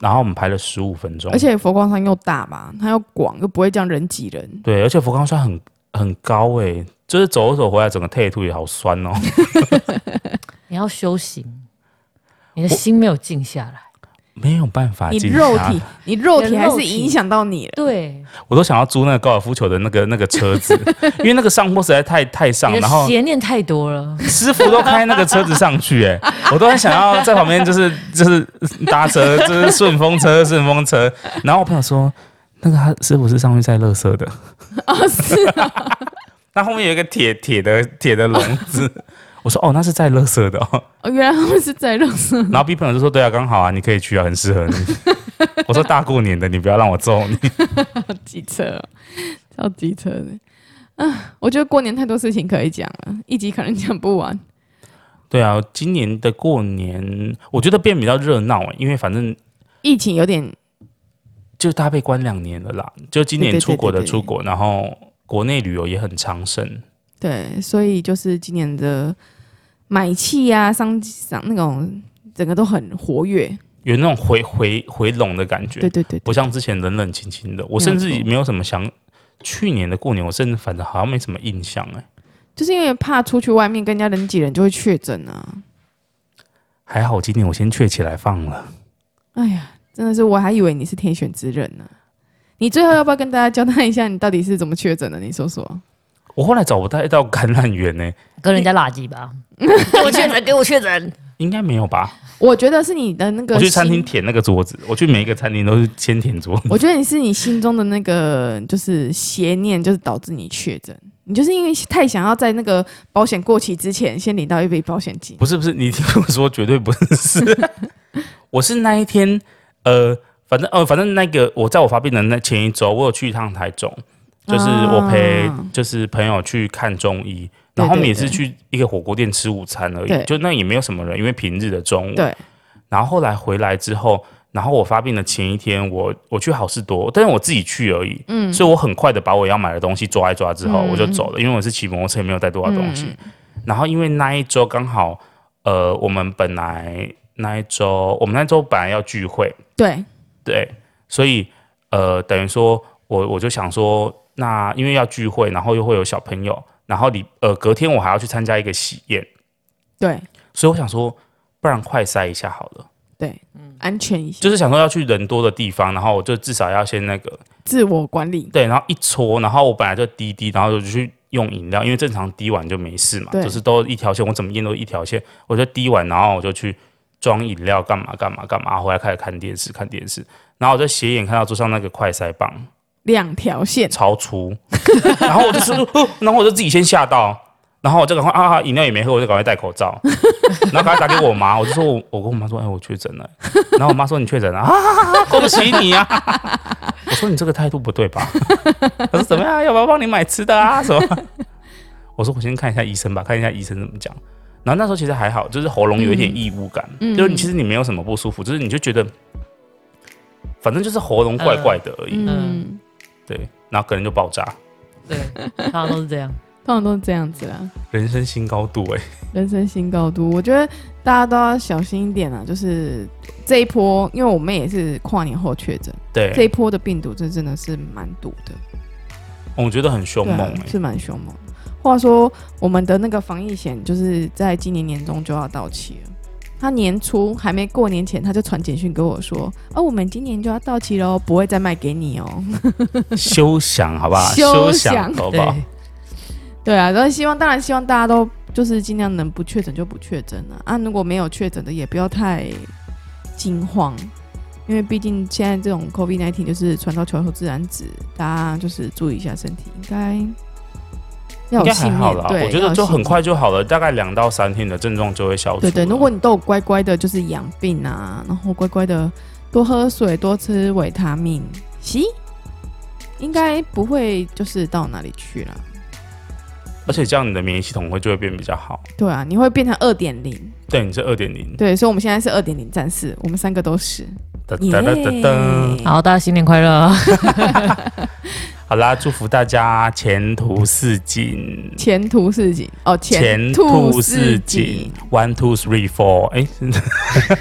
S1: 然后我们排了十五分钟，
S3: 而且佛光山又大嘛，它又广，又不会这样人挤人。
S1: 对，而且佛光山很很高哎、就是走一走回来，整个退兔也好酸 哦。
S2: 你要修行，你的心没有静下来。
S1: 没有办法
S3: 你
S1: 进
S3: 肉
S1: 它
S3: 体，你肉体
S2: 人
S3: 还
S2: 肉
S3: 是
S2: 体
S3: 影响到 你了。
S2: 对，
S1: 我都想要租那个高尔夫球的那个 那个车子，因为那个上坡实在太太上，
S2: 你
S1: 然
S2: 的
S1: 后
S2: 邪念太多了。
S1: 师傅都开那个车子上去、 哎，我都很想要在旁边就是 就是搭车，就是顺风车顺风车。然后我朋友说，那个他师傅是上去载垃圾的，
S3: 哦啊，是啊，
S1: 它后面有一个铁铁的铁的笼 子。我说哦，那是在垃圾的哦。
S3: 哦，原来他们是在热色，
S1: 然后 B 朋友就说对啊，刚好啊，你可以去啊，很适 合你。我说大过年的，你不要让我揍你。
S3: 机车哦， 超机车的。啊，我觉得过年太多事情可以讲了，一集可能讲不完。
S1: 对啊，今年的过年我觉得变比较热闹、欸，因为反正
S3: 疫情有点
S1: 就大家被关两年了啦，就今
S3: 对
S1: 年
S3: 对对
S1: 出国的
S3: 对对
S1: 出国，然后国内旅游也很昌盛。
S3: 对，所以就是今年的买气啊、商商那种整个都很活跃。
S1: 有那种回回回笼的感觉，
S3: 对对对
S1: 不
S3: 对，
S1: 像之前冷冷清清的。我
S3: 没有
S1: 甚至
S3: 错
S1: 没有什么想去年的过年，我甚至反正好像没什么印象哎、
S3: 就是因为怕出去外面跟人家人挤人就会确诊啊。
S1: 还好今年我先确起来放了。
S3: 哎呀，真的是，我还以为你是天选之人呢、你最后要不要跟大家交代一下，你到底是怎么确诊的？你说说。
S1: 我后来找不太到感染源呢、
S2: 跟人家垃圾吧，给 我确诊，给我确诊，
S1: 应该没有吧？
S3: 我觉得是你的那个
S1: 我
S3: 心，
S1: 去餐厅舔那个桌子，我去每一个餐厅都是先舔桌 子。
S3: 我觉得你是你心中的那个就是邪念，就是导致你确诊。你就是因为太想要在那个保险过期之前先领到一笔保险金。
S1: 不是不是，你听我说，绝对不是。 我是那一天，呃，反正呃，反正那个我在我发病的那前一周，我有去一趟台中，就是我陪
S3: 啊
S1: 就是朋友去看中医，
S3: 对
S1: 然后我们
S3: 对
S1: 也是
S3: 对
S1: 去一个火锅店吃午餐而
S3: 对
S1: 已，就那也没有什么人，因为平日的中午。
S3: 对，
S1: 然后后来回来之后，然后我发病的前一天，我我去好事多，但是我自己去而已，嗯，所以我很快的把我要买的东西抓一抓之后，我就走了，因为我是骑摩托车，也没有带多少东
S3: 嗯
S1: 西。然后因为那一周刚好，呃，我们本来那一周，我们那周本来要聚会，
S3: 对，
S1: 对，所以呃，等于说我我就想说，那因为要聚会，然后又会有小朋友，然后你呃隔天我还要去参加一个喜宴，
S3: 对，
S1: 所以我想说，不然快筛一下好了。
S3: 安全一些，
S1: 就是想说要去人多的地方，然后我就至少要先那个
S3: 自我管理。
S1: 对，然后一搓，然后我本来就滴滴，然后我就去用饮料，因为正常滴完就没事嘛，
S3: 对
S1: 就是都一条线，我怎么验都一条线，我就滴完，然后我就去装饮料干嘛干嘛干嘛，啊回来开始看电视看电视，然后我就斜眼看到桌上那个快塞棒
S3: 两条线，
S1: 超粗， 然后我就是，哦然后我就自己先吓到。然后我就赶快啊，饮料也没喝，我就赶快戴口罩， 然后赶快打给我妈，我就说我我跟我妈说，哎，我确诊了，然后我妈说你确诊了啊， 恭喜你啊！我说你这个态度不对吧？ 她说怎么样？要不要帮你买吃的啊？什么？我说我先看一下医生吧，看一下医生怎么讲。然后那时候其实还好，就是喉咙有一点异物感，
S3: 嗯
S1: 就是你其实你没有什么不舒服，就是你就觉得，反正就是喉咙怪怪的而已，
S3: 嗯，
S1: 对，然后可能就爆炸，
S2: 对， 通常都是这样。
S3: 通常都是这样子啊啦。
S1: 人生新高度哎、
S3: 人生新高度，我觉得大家都要小心一点啊。就是这一波，因为我妹也是跨年后确诊，这
S1: 对，
S3: 一波的病毒这真的是蛮毒的，
S1: 哦我觉得很凶
S3: 对啊
S1: 猛哎、
S3: 是蛮凶猛的。话说，我们的那个防疫险就是在今年年中就要到期了。他年初还没过年前，他就传简讯给我说：“哦，我们今年就要到期喽，不会再卖给你哦。
S1: 休想好不好？
S3: 休
S1: 休
S3: 想
S1: 想好不
S2: 对
S1: 好？”
S3: 对啊，然后希望，当然希望大家都就是尽量能不确诊就不确诊啊。啊，如果没有确诊的，也不要太惊慌，因为毕竟现在这种 COVID 1 9就是传到全球自然死，大家就是注意一下身体，应该要
S1: 应
S3: 有
S1: 该
S3: 信
S1: 还
S3: 念。
S1: 好啦，
S3: 对，
S1: 我觉
S3: 要
S1: 得
S3: 有
S1: 就很
S3: 信
S1: 快就好了，大概两到三天的症状就会消除了。
S3: 念。对对，如果你都有乖乖的，就是养病啊，然后乖乖的多喝水，多吃维他命 C，应该不会就是到哪里去了。
S1: 而且这样你的免疫系统会就会变比较好。
S3: 对啊，你会变成二点零。
S1: 对，你是二点零。
S3: 对，所以我们现在是二点零战士，我们三个都是。
S1: 哒
S3: 耶
S1: 哒哒哒哒。
S2: 好，大家新年快乐！啊
S1: 好啦，祝福大家前途似锦，
S3: 前途似锦哦，途
S1: 途似锦
S3: 锦。。
S1: One two three four，哎，是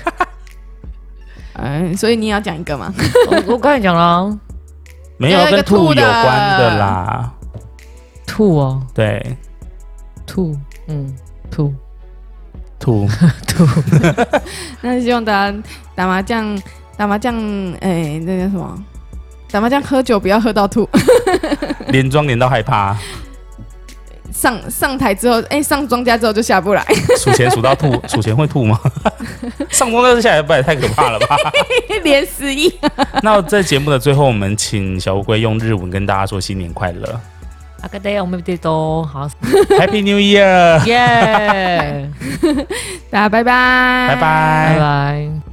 S3: 嗯，所以你也要讲一个 嘛？
S2: 我我刚才讲了啊，
S1: 没有
S3: 有一个
S1: 跟兔
S3: 兔
S1: 有
S3: 的
S1: 关的啦。
S2: 吐哦，
S1: 对，
S2: 吐，嗯，吐
S1: 兔
S2: 吐，
S3: 那希望大家打麻将，打麻将，哎、那叫什么？打麻将喝酒不要喝到吐，
S1: 连庄连到害怕，
S3: 上上台之后，哎、上庄家之后就下不来。
S1: 数钱数到吐，数钱会吐吗？上中那下来不也太可怕了吧？
S3: 连十一，
S1: 那在节目的最后，我们请小乌龟用日文跟大家说新年快乐。
S2: 阿格德，我们得都好，
S1: Happy New Year，
S2: 耶，
S3: 大家拜拜，
S1: 拜拜
S2: 拜拜。